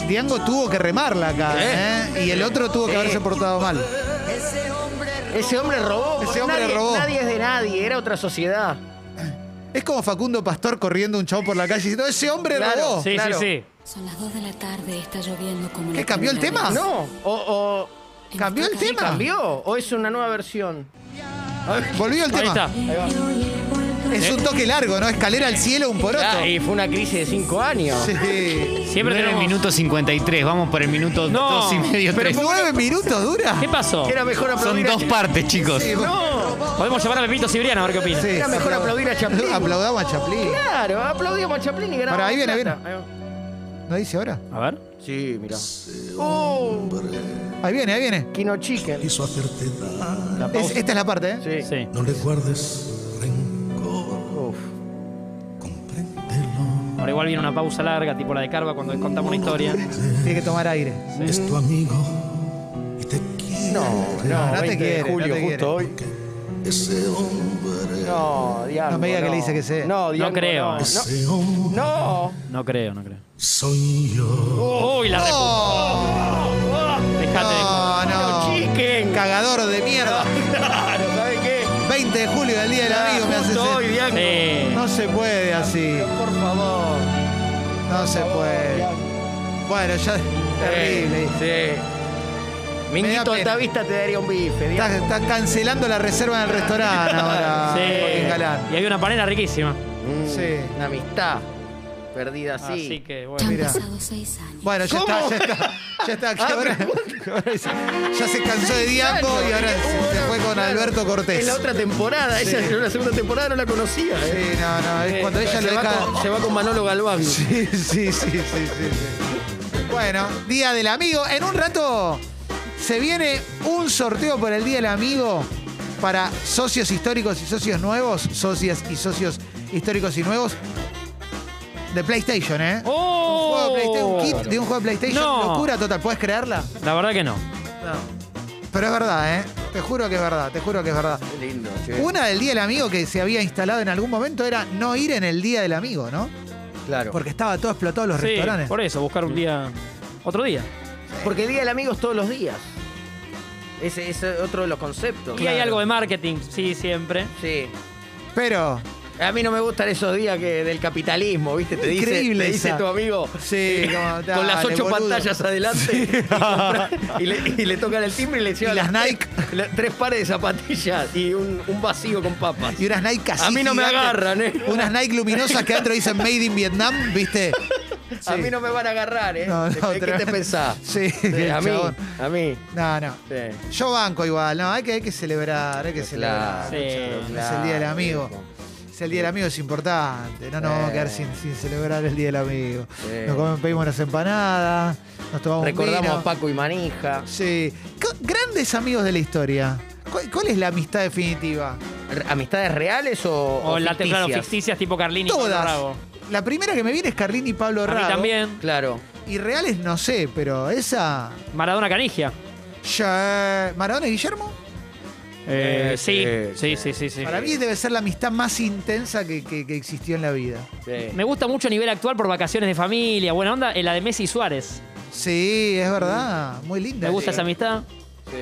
Speaker 1: Diango tuvo que remarla acá,
Speaker 2: Sí.
Speaker 1: ¿eh? Y el otro tuvo que
Speaker 2: Sí.
Speaker 1: haberse portado mal.
Speaker 2: Ese hombre robó.
Speaker 1: Ese
Speaker 2: porque
Speaker 1: hombre
Speaker 2: nadie-
Speaker 1: robó.
Speaker 2: Nadie es de nadie. Era otra sociedad.
Speaker 1: Es como Facundo Pastor corriendo un chavo por la calle diciendo, ese hombre
Speaker 2: Claro,
Speaker 8: Oh,
Speaker 1: robó.
Speaker 3: Sí,
Speaker 2: Claro.
Speaker 3: sí,
Speaker 4: Son las 2 de la tarde, está lloviendo como
Speaker 1: ¿Qué,
Speaker 4: la
Speaker 1: cambió el
Speaker 4: primera
Speaker 1: tema?
Speaker 4: vez.
Speaker 2: No. O, o
Speaker 1: ¿Cambió el
Speaker 4: Sí,
Speaker 1: tema?
Speaker 2: cambió. O es una nueva versión.
Speaker 1: Volvió el
Speaker 3: sí. Ahí
Speaker 1: tema.
Speaker 3: está.
Speaker 1: Es
Speaker 2: ¿Eh?
Speaker 1: un toque largo, ¿no? Escalera al cielo, un poroto.
Speaker 2: Ah, y fue una crisis de cinco años.
Speaker 1: Sí.
Speaker 3: Siempre
Speaker 8: Dura
Speaker 3: tenemos...
Speaker 8: el minuto 53, vamos por el minuto
Speaker 3: No,
Speaker 8: dos y medio,
Speaker 1: Pero
Speaker 8: tres.
Speaker 1: nueve minutos dura.
Speaker 3: ¿Qué pasó?
Speaker 2: Era mejor
Speaker 8: Son
Speaker 2: aplaudir.
Speaker 8: dos
Speaker 2: a...
Speaker 8: partes, chicos.
Speaker 1: Sí,
Speaker 2: No.
Speaker 3: Podemos llamar a Pepito Cibriano a ver qué opina.
Speaker 1: sí,
Speaker 2: Era
Speaker 1: sí,
Speaker 2: mejor aplaudir a Chaplin.
Speaker 1: Aplaudamos a Chaplin.
Speaker 2: Claro, aplaudimos a Chaplin y ganamos.
Speaker 1: Pará, ahí viene,
Speaker 2: plata.
Speaker 1: ¿No dice ahora?
Speaker 3: A ver.
Speaker 2: Sí, mira. Oh,
Speaker 1: Ahí viene, ahí viene.
Speaker 2: Kino Chicken.
Speaker 5: Quiso hacerte daño.
Speaker 2: La
Speaker 1: Es-
Speaker 2: pausa.
Speaker 1: esta es la parte, ¿eh?
Speaker 2: Sí.
Speaker 3: Sí.
Speaker 5: No le guardes rencor,
Speaker 2: Uf.
Speaker 5: compréndelo.
Speaker 3: Ahora igual viene una pausa larga, tipo la de Carva cuando contamos una historia.
Speaker 1: Tiene que tomar aire.
Speaker 5: Es tu amigo y te quiere.
Speaker 2: No,
Speaker 1: No,
Speaker 2: no,
Speaker 1: no te
Speaker 2: 20 de
Speaker 1: quiere,
Speaker 2: julio,
Speaker 1: no te quiere.
Speaker 2: justo hoy.
Speaker 5: Ese hombre,
Speaker 2: No, Diango.
Speaker 1: No me diga que le dice que sea.
Speaker 2: No, Diango,
Speaker 3: creo.
Speaker 2: No, no.
Speaker 5: ese hombre
Speaker 2: No.
Speaker 3: No creo, no creo.
Speaker 5: soy yo.
Speaker 3: ¡Uy, la repu-
Speaker 1: Oh,
Speaker 3: Dejate de
Speaker 1: no, no.
Speaker 2: Chicken.
Speaker 1: Cagador de mierda.
Speaker 2: Claro, ¿sabes qué?
Speaker 1: 20 de julio, el día del amigo, me haces.
Speaker 2: Justo hoy,
Speaker 1: eso.
Speaker 2: Diango.
Speaker 3: Sí.
Speaker 1: No se puede así.
Speaker 2: Por favor.
Speaker 1: No se puede. Bueno, ya. Eh, Terrible.
Speaker 2: Sí.
Speaker 1: Me da
Speaker 2: Minguito
Speaker 1: pena.
Speaker 2: Altavista te daría un bife. Diango.
Speaker 1: Estás estás cancelando la reserva en el restaurante ahora.
Speaker 3: Sí.
Speaker 1: Joaquín Ah, Galán.
Speaker 3: Y hay una panera riquísima.
Speaker 2: Mm,
Speaker 1: Sí.
Speaker 2: Una amistad perdida así.
Speaker 3: Así que,
Speaker 4: Ya
Speaker 3: bueno.
Speaker 4: han
Speaker 1: Mira.
Speaker 4: pasado 6 años.
Speaker 1: Bueno, ya
Speaker 2: ¿Cómo?
Speaker 1: está, ya está. Ya está. que
Speaker 2: Ah,
Speaker 1: ahora- ahora dice- ya se cansó de Diango y ahora se, se fue con Alberto Cortés.
Speaker 2: En la otra temporada, ella en la segunda temporada no la conocía. ¿eh?
Speaker 1: Sí, no, no. Es
Speaker 2: Eh,
Speaker 1: cuando ella
Speaker 2: se
Speaker 1: lo
Speaker 2: va
Speaker 1: deja.
Speaker 2: con, se va con Manolo Galván.
Speaker 1: Sí, sí, sí, sí, sí, sí. Bueno, Día del Amigo. En un rato se viene un sorteo por el Día del Amigo para socios históricos y socios nuevos, socias y socios históricos y nuevos de PlayStation, ¿eh? Un juego de PlayStation,
Speaker 3: ¡Oh!
Speaker 1: un kit de un juego de PlayStation.
Speaker 3: No.
Speaker 1: Locura total, ¿puedes creerla?
Speaker 3: La verdad que no.
Speaker 2: Ah,
Speaker 1: Pero es verdad, ¿eh? Te juro que es verdad, te juro que es verdad.
Speaker 2: Qué lindo, che.
Speaker 1: Una del Día del Amigo que se había instalado en algún momento era no ir en el Día del Amigo, ¿no?
Speaker 2: Claro.
Speaker 1: Porque estaba todo explotado los
Speaker 3: Sí,
Speaker 1: restaurantes.
Speaker 3: por eso, buscar un día. Otro día.
Speaker 2: Porque el Día del Amigo es todos los días. Ese ese es otro de los conceptos.
Speaker 3: Y hay algo de marketing, sí, siempre.
Speaker 2: Sí.
Speaker 1: Pero
Speaker 2: A mí no me gustan esos días que del capitalismo, ¿viste? Te dice,
Speaker 1: Increíble
Speaker 2: te dice
Speaker 1: esa.
Speaker 2: tu amigo. eh,
Speaker 1: Sí, como, dale,
Speaker 2: con las ocho
Speaker 1: boludo.
Speaker 2: pantallas adelante. y compra- Y, le, y le tocan el timbre y le llevan
Speaker 1: Y las
Speaker 2: tres-
Speaker 1: Nike.
Speaker 2: la- tres pares de zapatillas y un, un vacío con papas.
Speaker 1: Y unas Nike así
Speaker 2: A mí no me
Speaker 1: gigantes.
Speaker 2: agarran, ¿eh?
Speaker 1: Unas Nike luminosas que adentro dicen Made in Vietnam, ¿viste?
Speaker 2: A mí no me van a agarrar, ¿eh?
Speaker 1: No, no,
Speaker 2: ¿Qué
Speaker 1: tremendo.
Speaker 2: te pensás?
Speaker 1: Sí,
Speaker 2: Sí, a mí,
Speaker 1: chabón.
Speaker 2: a mí.
Speaker 1: No, no.
Speaker 2: Sí.
Speaker 1: Yo banco igual, no, hay que, hay que celebrar, hay que celebrar.
Speaker 2: Claro,
Speaker 3: Sí.
Speaker 1: Es
Speaker 2: claro,
Speaker 1: el Día del Amigo.
Speaker 2: viejo.
Speaker 1: Es el Día del Amigo, es importante. No nos vamos a quedar sin, sin celebrar el Día del Amigo.
Speaker 2: Sí.
Speaker 1: Nos comemos, pedimos unas empanadas, nos tomamos un
Speaker 2: Recordamos
Speaker 1: vino.
Speaker 2: a Paco y Manija.
Speaker 1: Sí. Co- Grandes amigos de la historia. ¿Cuál, cuál es la amistad definitiva?
Speaker 2: Re- ¿Amistades reales o,
Speaker 3: O,
Speaker 2: o
Speaker 3: la
Speaker 2: ficticias?
Speaker 3: claro, ficticias tipo Carlini. y Pablo Rago.
Speaker 1: Todas. La primera que me viene es Carlín y Pablo
Speaker 3: A mí
Speaker 1: Rago.
Speaker 3: también.
Speaker 2: Claro.
Speaker 1: Y reales no sé, pero esa.
Speaker 3: Maradona Canigia.
Speaker 1: Ya- ¿Maradona y Guillermo?
Speaker 3: Eh, sí, sí,
Speaker 2: sí,
Speaker 3: sí, sí, sí.
Speaker 1: Para mí debe ser la amistad más intensa que, que- que existió en la vida.
Speaker 2: sí.
Speaker 3: Me gusta mucho a nivel actual por vacaciones de familia, buena onda, eh, la de Messi y Suárez.
Speaker 1: Sí, es verdad. Muy linda.
Speaker 3: Me gusta esa amistad.
Speaker 2: sí.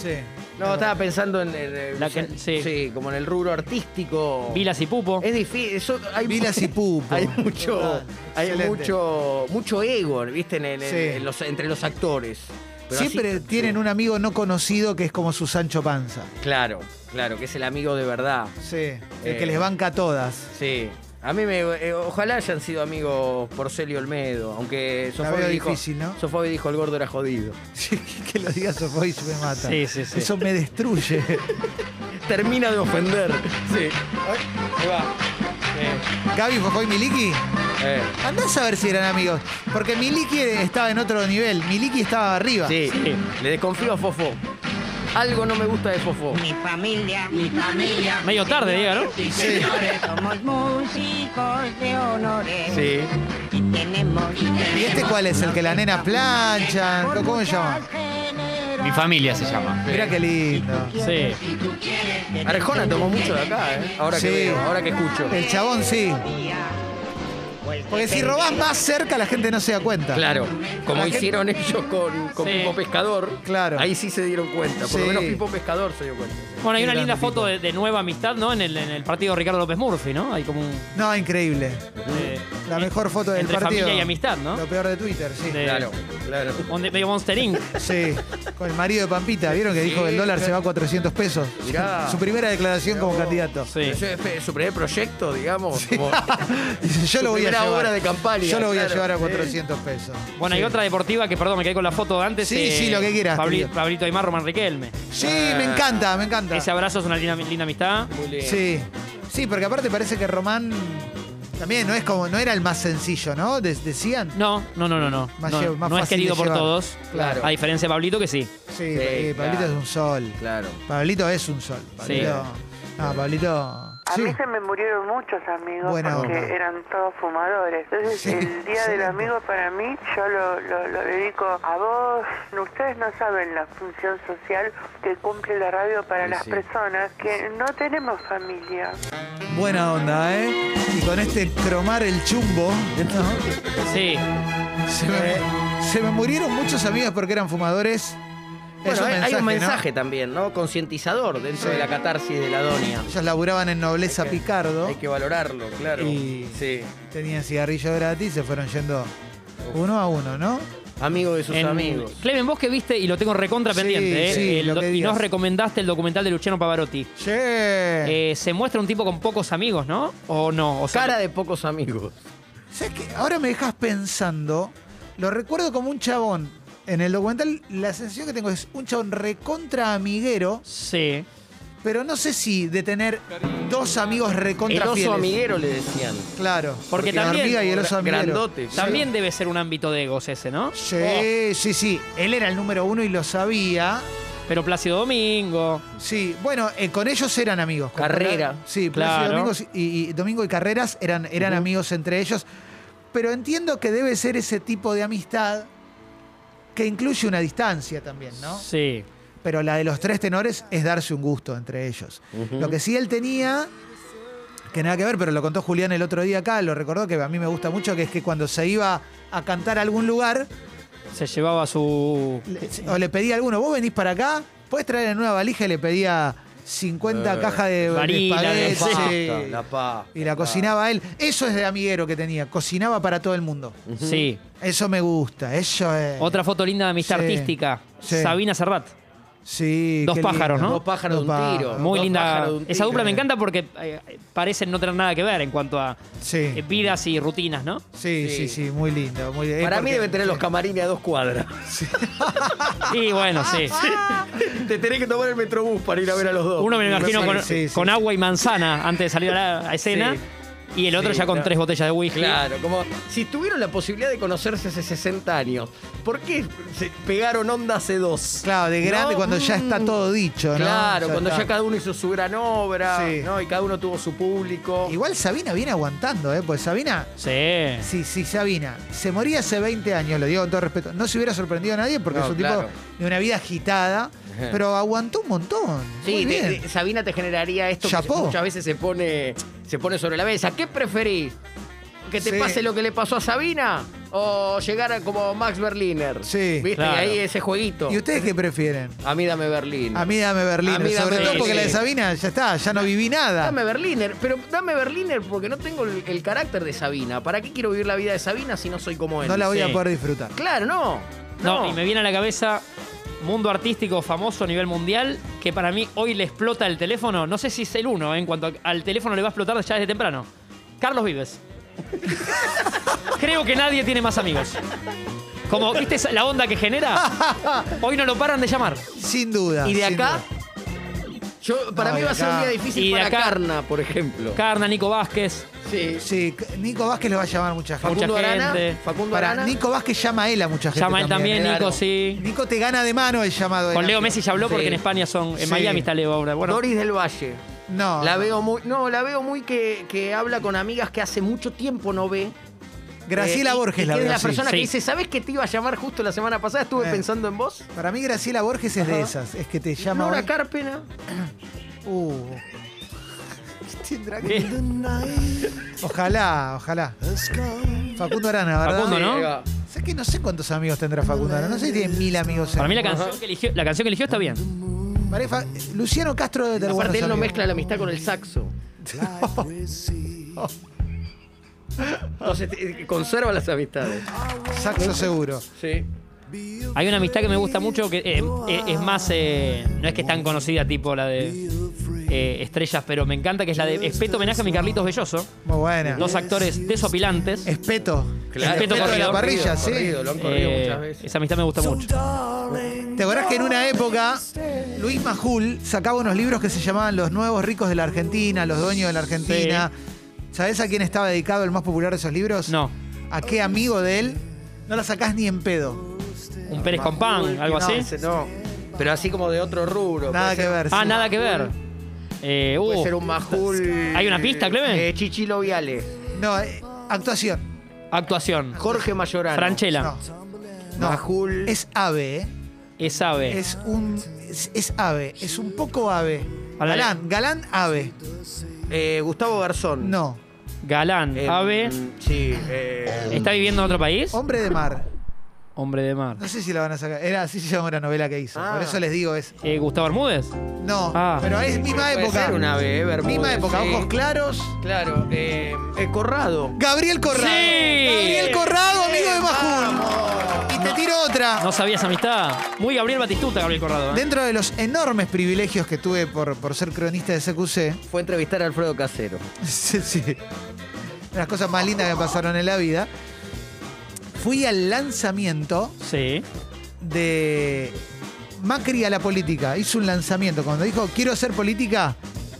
Speaker 1: Sí.
Speaker 2: No, estaba pensando en, en- en-
Speaker 3: La que-
Speaker 2: sí.
Speaker 3: sí.
Speaker 2: como en el rubro artístico.
Speaker 3: Vilas y Pupo.
Speaker 2: Es difícil, eso- hay
Speaker 1: Vilas y Pupo.
Speaker 2: Hay mucho,
Speaker 1: Total,
Speaker 2: hay
Speaker 1: excelente.
Speaker 2: mucho, mucho ego, ¿viste? En, en- en-
Speaker 1: Sí.
Speaker 2: en los, entre los actores. Pero
Speaker 1: Siempre
Speaker 2: así-
Speaker 1: tienen
Speaker 2: sí.
Speaker 1: un amigo no conocido que es como su Sancho Panza.
Speaker 2: Claro, claro, que es el amigo de verdad.
Speaker 1: Sí. El
Speaker 2: Eh.
Speaker 1: que les banca a todas.
Speaker 2: Sí. A mí me. eh, ojalá hayan sido amigos Porcelio Olmedo, aunque Sofobio
Speaker 1: veo
Speaker 2: dijo.
Speaker 1: difícil, ¿no?
Speaker 2: Sofobio dijo el gordo era jodido.
Speaker 1: Sí, que lo diga Sofois me mata.
Speaker 3: Sí, sí, sí.
Speaker 1: Eso me destruye.
Speaker 2: Termina de ofender. Sí. Ahí va.
Speaker 1: Gaby, Fofó y Miliki.
Speaker 2: Eh,
Speaker 1: Andás a ver si eran amigos. Porque Miliki estaba en otro nivel. Miliki estaba arriba.
Speaker 2: sí. Le desconfío a Fofo. Algo no me gusta de Fofo.
Speaker 9: Mi familia, mi familia.
Speaker 3: Medio tarde, diga, ¿no?
Speaker 9: Sí, señores, somos músicos de honores.
Speaker 2: Sí.
Speaker 9: Y tenemos.
Speaker 1: ¿Y este cuál es? El que la nena plancha. ¿Cómo se llama?
Speaker 10: Mi familia se llama.
Speaker 1: Mira qué lindo.
Speaker 3: Sí.
Speaker 2: Arjona tomó mucho de acá, ¿eh? Ahora que
Speaker 1: Sí.
Speaker 2: veo, ahora que escucho.
Speaker 1: El chabón sí. Porque si robás más cerca, la gente no se da cuenta.
Speaker 2: Claro, como
Speaker 1: La gente-
Speaker 2: hicieron ellos con, con
Speaker 3: Sí.
Speaker 2: Pipo Pescador.
Speaker 1: Claro.
Speaker 2: Ahí sí se dieron cuenta. Por lo
Speaker 1: Sí.
Speaker 2: menos Pipo Pescador se dio cuenta.
Speaker 3: Bueno, hay una
Speaker 1: Qué
Speaker 3: linda
Speaker 1: grande
Speaker 3: foto
Speaker 1: tipo.
Speaker 3: de, de nueva amistad, ¿no? En el, en el partido de Ricardo López Murphy, ¿no? Hay como un.
Speaker 1: No, increíble.
Speaker 3: eh,
Speaker 1: La mejor foto del
Speaker 3: entre
Speaker 1: partido.
Speaker 3: familia y amistad, ¿no?
Speaker 1: Lo peor de Twitter, sí.
Speaker 3: De-
Speaker 2: Claro, claro.
Speaker 3: Onde- medio Monster Inc.
Speaker 1: Sí, con el marido de Pampita, ¿vieron que dijo que el dólar se va a 400 pesos?
Speaker 2: Mirá.
Speaker 1: Su primera declaración como
Speaker 2: Mirá vos.
Speaker 1: candidato.
Speaker 3: Sí.
Speaker 2: Eso es fe- su primer proyecto, digamos. como-
Speaker 1: Dice, yo
Speaker 2: Su
Speaker 1: lo voy a
Speaker 2: primera
Speaker 1: llevar.
Speaker 2: obra de campaña,
Speaker 1: Yo lo voy a
Speaker 2: claro.
Speaker 1: llevar a
Speaker 2: Sí.
Speaker 1: 400 pesos.
Speaker 3: Bueno, hay otra deportiva que, perdón, me quedé con la foto de antes.
Speaker 1: Sí, sí, lo que quieras,
Speaker 3: Pabli-
Speaker 1: querido.
Speaker 3: Pablito Aymar, Román Riquelme.
Speaker 1: Sí, me encanta, me encanta.
Speaker 3: Ese abrazo es una linda, linda amistad.
Speaker 2: Muy lindo.
Speaker 1: Sí. Sí, porque aparte parece que Román también no es como no era el más sencillo, ¿no? De- decían.
Speaker 3: No, no, no, no. No,
Speaker 1: Más
Speaker 3: no,
Speaker 1: lle- más
Speaker 3: no es
Speaker 1: fácil de
Speaker 3: querido por
Speaker 1: llevar.
Speaker 3: todos.
Speaker 2: Claro.
Speaker 3: A diferencia de Pablito, que sí.
Speaker 1: Sí,
Speaker 2: Sí,
Speaker 1: eh, Pablito
Speaker 2: claro.
Speaker 1: es un sol.
Speaker 2: Claro.
Speaker 1: Pablito es un sol.
Speaker 3: Sí.
Speaker 1: Pablito. No, Pablito.
Speaker 9: A
Speaker 1: sí.
Speaker 9: mí se me murieron muchos amigos
Speaker 1: Buena
Speaker 9: porque
Speaker 1: onda.
Speaker 9: eran todos fumadores. Entonces
Speaker 1: Sí,
Speaker 9: el día del
Speaker 1: excelente.
Speaker 9: amigo para mí yo lo, lo- lo dedico a vos. Ustedes no saben la función social que cumple la radio para
Speaker 2: Sí,
Speaker 9: las
Speaker 2: sí.
Speaker 9: personas que no tenemos familia.
Speaker 1: Buena onda, ¿eh? Y con este cromar el chumbo, ¿no?
Speaker 3: Sí.
Speaker 1: se, me, se me murieron muchos amigos porque eran fumadores. Es
Speaker 2: Bueno, hay, hay un
Speaker 1: ¿no?
Speaker 2: mensaje también, ¿no? Concientizador dentro
Speaker 1: Sí.
Speaker 2: de la catarsis de la Donia.
Speaker 1: Ellos laburaban en Nobleza
Speaker 2: Hay que-
Speaker 1: Picardo,
Speaker 2: Hay que valorarlo, claro.
Speaker 1: Y-
Speaker 2: Sí.
Speaker 1: tenían cigarrillo gratis, se fueron yendo uno a uno, ¿no?
Speaker 2: Amigo de sus
Speaker 3: En-
Speaker 2: amigos.
Speaker 3: Clemen, vos que viste, y lo tengo recontra
Speaker 1: Sí,
Speaker 3: pendiente, ¿eh?
Speaker 1: sí,
Speaker 3: El
Speaker 1: lo
Speaker 3: do-
Speaker 1: que
Speaker 3: y
Speaker 1: digas.
Speaker 3: nos recomendaste el documental de Luciano Pavarotti.
Speaker 1: Che.
Speaker 3: Eh, se muestra un tipo con pocos amigos, ¿no? ¿O no? O sea,
Speaker 2: Cara de pocos amigos.
Speaker 1: ¿Sabes qué? Ahora me dejas pensando, lo recuerdo como un chabón. En el documental la sensación que tengo es un chabón recontra amiguero,
Speaker 3: Sí.
Speaker 1: pero no sé si de tener dos amigos
Speaker 2: El
Speaker 1: recontra
Speaker 2: oso
Speaker 1: fieles.
Speaker 2: amiguero le decían.
Speaker 1: Claro.
Speaker 3: Porque
Speaker 1: la
Speaker 3: también-
Speaker 1: hormiga y el oso hormiguero.
Speaker 2: Grandote.
Speaker 3: También debe ser un ámbito de egos ese, ¿no? Oh,
Speaker 1: Sí, sí, sí. Él era el número uno y lo sabía.
Speaker 3: Pero Plácido Domingo.
Speaker 1: Sí, bueno, eh, con ellos eran amigos. Con
Speaker 2: Carrera.
Speaker 1: Carra- sí, Plácido
Speaker 3: Claro.
Speaker 1: Domingos y, y Domingo y Carreras eran, eran amigos entre ellos. Pero entiendo que debe ser ese tipo de amistad que incluye una distancia también, ¿no?
Speaker 3: Sí.
Speaker 1: Pero la de los tres tenores es darse un gusto entre ellos. Lo que sí él tenía, que nada que ver, pero lo contó Julián el otro día acá, lo recordó que a mí me gusta mucho, que es que cuando se iba a cantar a algún lugar,
Speaker 3: Se llevaba su.
Speaker 1: le- o le pedía a alguno, vos venís para acá, podés traer en una valija y le pedía 50
Speaker 3: Eh,
Speaker 1: cajas de, de
Speaker 3: varila, de
Speaker 1: espagueti,
Speaker 3: pasta,
Speaker 1: sí.
Speaker 2: La pa.
Speaker 1: y la cocinaba él. Eso es de amiguero que tenía, cocinaba para todo el mundo.
Speaker 3: Sí.
Speaker 1: Eso me gusta, eso es.
Speaker 3: Otra foto linda de amistad
Speaker 1: Sí.
Speaker 3: artística.
Speaker 1: Sí.
Speaker 3: Sabina Serrat.
Speaker 1: Sí,
Speaker 3: Dos
Speaker 1: qué
Speaker 3: pájaros,
Speaker 1: lindo.
Speaker 3: ¿no?
Speaker 2: Dos pájaros de un
Speaker 1: pájaros.
Speaker 2: tiro.
Speaker 3: Muy
Speaker 2: Dos
Speaker 3: linda.
Speaker 2: pájaros de un
Speaker 3: Esa dupla
Speaker 2: tiro.
Speaker 3: me encanta porque eh, parecen no tener nada que ver en cuanto a eh,
Speaker 1: Sí.
Speaker 3: vidas y rutinas, ¿no?
Speaker 1: Sí, sí,
Speaker 2: Sí.
Speaker 1: sí, muy lindo. Muy lindo.
Speaker 2: Para
Speaker 1: eh, Porque-
Speaker 2: mí deben tener los camarines a dos cuadras.
Speaker 3: Y bueno, sí.
Speaker 2: Te tenés que tomar el metrobús para ir a ver a los dos.
Speaker 3: Uno me
Speaker 1: Sí,
Speaker 3: imagino
Speaker 1: sí,
Speaker 3: con,
Speaker 1: sí, sí.
Speaker 3: con agua y manzana antes de salir a la a escena. Y el otro
Speaker 2: Sí,
Speaker 3: ya con
Speaker 2: no.
Speaker 3: tres botellas de whisky.
Speaker 2: Claro, como si tuvieron la posibilidad de conocerse hace 60 años, ¿por qué se pegaron onda hace dos?
Speaker 1: Claro, de grande
Speaker 2: No,
Speaker 1: cuando ya está
Speaker 2: mm,
Speaker 1: todo dicho, ¿no?
Speaker 2: Claro, cuando
Speaker 1: está.
Speaker 2: ya cada uno hizo su gran obra,
Speaker 1: Sí.
Speaker 2: ¿no? Y cada uno tuvo su público.
Speaker 1: Igual Sabina viene aguantando, ¿eh? Pues Sabina,
Speaker 3: Sí.
Speaker 1: si, si Sabina se moría hace 20 años, lo digo con todo respeto, no se hubiera sorprendido a nadie porque
Speaker 2: No,
Speaker 1: es un
Speaker 2: claro.
Speaker 1: tipo de una vida agitada,
Speaker 2: Ajá.
Speaker 1: pero aguantó un montón. Muy
Speaker 2: Sí, te-
Speaker 1: bien.
Speaker 2: te- Sabina te generaría esto que
Speaker 1: Chapó.
Speaker 2: muchas veces se pone, se pone sobre la mesa. ¿Qué preferís? ¿Que te
Speaker 1: Sí.
Speaker 2: pase lo que le pasó a Sabina? ¿O llegar a como Max Berliner?
Speaker 1: Sí.
Speaker 2: ¿Viste?
Speaker 3: Claro.
Speaker 2: Ahí ese jueguito.
Speaker 1: ¿Y ustedes qué prefieren?
Speaker 2: A mí dame Berlín.
Speaker 1: A mí dame Berlín,
Speaker 2: A mí dame
Speaker 1: sobre todo
Speaker 3: Berlín,
Speaker 1: porque la de
Speaker 2: sí.
Speaker 1: Sabina ya está, ya no viví nada.
Speaker 2: Dame Berliner, pero dame Berliner porque no tengo el, el carácter de Sabina. ¿Para qué quiero vivir la vida de Sabina si no soy como él?
Speaker 1: No la voy a
Speaker 3: Sí.
Speaker 1: poder disfrutar.
Speaker 2: Claro, no.
Speaker 3: No, y me viene a la cabeza mundo artístico famoso a nivel mundial que para mí hoy le explota el teléfono. No sé si es el uno, ¿eh? en cuanto a- al teléfono le va a explotar ya desde temprano. Carlos Vives. Creo que nadie tiene más amigos. Como, ¿viste esa- la onda que genera? Hoy no lo paran de llamar.
Speaker 1: Sin duda.
Speaker 2: Y de
Speaker 1: sin
Speaker 2: acá,
Speaker 1: duda.
Speaker 2: yo, para
Speaker 1: No,
Speaker 2: mí
Speaker 1: de
Speaker 2: va a ser un
Speaker 1: acá.
Speaker 2: día difícil
Speaker 3: Y de
Speaker 2: para
Speaker 3: acá-
Speaker 2: Carna, por ejemplo.
Speaker 3: Carna, Nico Vázquez.
Speaker 2: sí.
Speaker 1: Sí, Nico Vázquez lo va a llamar mucha gente.
Speaker 2: Facundo
Speaker 3: gente.
Speaker 2: Arana. Facundo
Speaker 1: Para,
Speaker 2: Arana.
Speaker 1: Nico Vázquez llama a él a mucha gente.
Speaker 3: Llama él también,
Speaker 1: ¿eh?
Speaker 3: Nico,
Speaker 2: claro.
Speaker 3: sí.
Speaker 1: Nico te gana de mano el llamado. de
Speaker 3: Con Leo
Speaker 1: Nacho.
Speaker 3: Messi ya habló porque
Speaker 2: Sí.
Speaker 3: en España son. En
Speaker 1: Sí.
Speaker 3: Miami está Leo ahora. Bueno,
Speaker 2: Doris del Valle.
Speaker 1: No.
Speaker 2: la
Speaker 1: Ah, no.
Speaker 2: veo muy. No, la veo muy que, que habla con amigas que hace mucho tiempo no ve.
Speaker 1: Graciela
Speaker 2: Eh, y-
Speaker 1: Borges
Speaker 2: y
Speaker 1: la
Speaker 2: que
Speaker 1: veo
Speaker 2: Es la
Speaker 1: así.
Speaker 2: persona que
Speaker 3: Sí.
Speaker 2: dice, ¿sabes que te iba a llamar justo la semana pasada? Estuve
Speaker 1: Eh.
Speaker 2: pensando en vos.
Speaker 1: Para mí Graciela Borges es de esas. Es que te llama...
Speaker 2: Flora
Speaker 1: hoy-
Speaker 2: Carpena.
Speaker 1: Uh. Tendrá que-
Speaker 3: ¿qué?
Speaker 1: Ojalá, ojalá. Facundo Arana, ¿verdad?
Speaker 3: Facundo, ¿no?
Speaker 1: Sé que no sé cuántos amigos tendrá Facundo Arana. No sé si tiene mil amigos.
Speaker 3: Para mí la canción, que eligió, la canción que eligió está bien.
Speaker 1: Parece Fa- Luciano Castro debe tener
Speaker 2: Aparte, él no
Speaker 1: buenos amigos.
Speaker 2: mezcla la amistad con el saxo. Entonces, eh, conserva las amistades.
Speaker 1: Saxo seguro.
Speaker 2: Sí.
Speaker 3: Hay una amistad que me gusta mucho que eh, eh, es más, eh, no es que es tan conocida tipo la de eh, estrellas, pero me encanta que es la de Espeto homenaje a mi Carlitos Belloso.
Speaker 1: Muy buena.
Speaker 3: Dos actores desopilantes.
Speaker 1: Espeto.
Speaker 3: Claro.
Speaker 1: Espeto de la
Speaker 3: Corrido,
Speaker 1: parrilla, sí.
Speaker 2: corrido, lo han corrido muchas
Speaker 3: Eh,
Speaker 2: veces.
Speaker 3: esa amistad me gusta mucho.
Speaker 1: ¿Te acordás que en una época Luis Majul sacaba unos libros que se llamaban Los Nuevos Ricos de la Argentina, Los Dueños de la Argentina? ¿Sabés a quién estaba dedicado el más popular de esos libros?
Speaker 3: No,
Speaker 1: ¿A qué amigo de él? No la sacás ni en pedo.
Speaker 3: un Pérez con pan, algo
Speaker 2: no,
Speaker 3: así.
Speaker 2: ese no. Pero así como de otro rubro.
Speaker 1: Nada
Speaker 2: puede
Speaker 1: que
Speaker 2: ser-
Speaker 1: ver.
Speaker 3: Ah,
Speaker 1: sí.
Speaker 3: nada que ver. Eh,
Speaker 2: Puede
Speaker 3: uh,
Speaker 2: ser un majul.
Speaker 3: ¿Hay una pista, Clemen?
Speaker 2: Eh, Chichilo Viale.
Speaker 1: No, eh, actuación.
Speaker 3: actuación.
Speaker 2: Jorge Mayorano.
Speaker 3: Franchella.
Speaker 1: No. No.
Speaker 2: Majul.
Speaker 1: Es ave, ¿eh?
Speaker 3: Es ave.
Speaker 1: Es un. Es, es ave. Es un poco ave.
Speaker 3: Para-
Speaker 1: Galán. Galán ave.
Speaker 2: Eh, Gustavo Garzón.
Speaker 1: No.
Speaker 3: Galán.
Speaker 2: Eh,
Speaker 3: ave.
Speaker 2: Sí. eh,
Speaker 3: ¿Está viviendo en otro país?
Speaker 1: Hombre de mar.
Speaker 3: Hombre de mar.
Speaker 1: No sé si la van a sacar. Era así se llama una novela que hizo.
Speaker 2: Ah.
Speaker 1: Por eso les digo es.
Speaker 3: Eh, Gustavo Bermúdez.
Speaker 1: No.
Speaker 3: Ah.
Speaker 1: Pero es misma
Speaker 2: puede
Speaker 1: época.
Speaker 2: ser un ave, eh, Bermúdez,
Speaker 1: misma época.
Speaker 2: sí.
Speaker 1: Ojos claros.
Speaker 2: Claro. eh, eh, Corrado.
Speaker 1: Gabriel Corrado.
Speaker 3: Sí.
Speaker 1: Gabriel Corrado, amigo de Majul. Y te tiro otra.
Speaker 3: No sabía esa amistad. Muy Gabriel Batistuta, Gabriel Corrado. ¿eh?
Speaker 1: Dentro de los enormes privilegios que tuve por, por ser cronista de CQC,
Speaker 2: Fue a entrevistar a Alfredo Casero.
Speaker 1: sí, sí, de las cosas más lindas que me pasaron en la vida, fui al lanzamiento
Speaker 3: Sí.
Speaker 1: de Macri a la política. Hizo un lanzamiento. Cuando dijo, quiero ser política,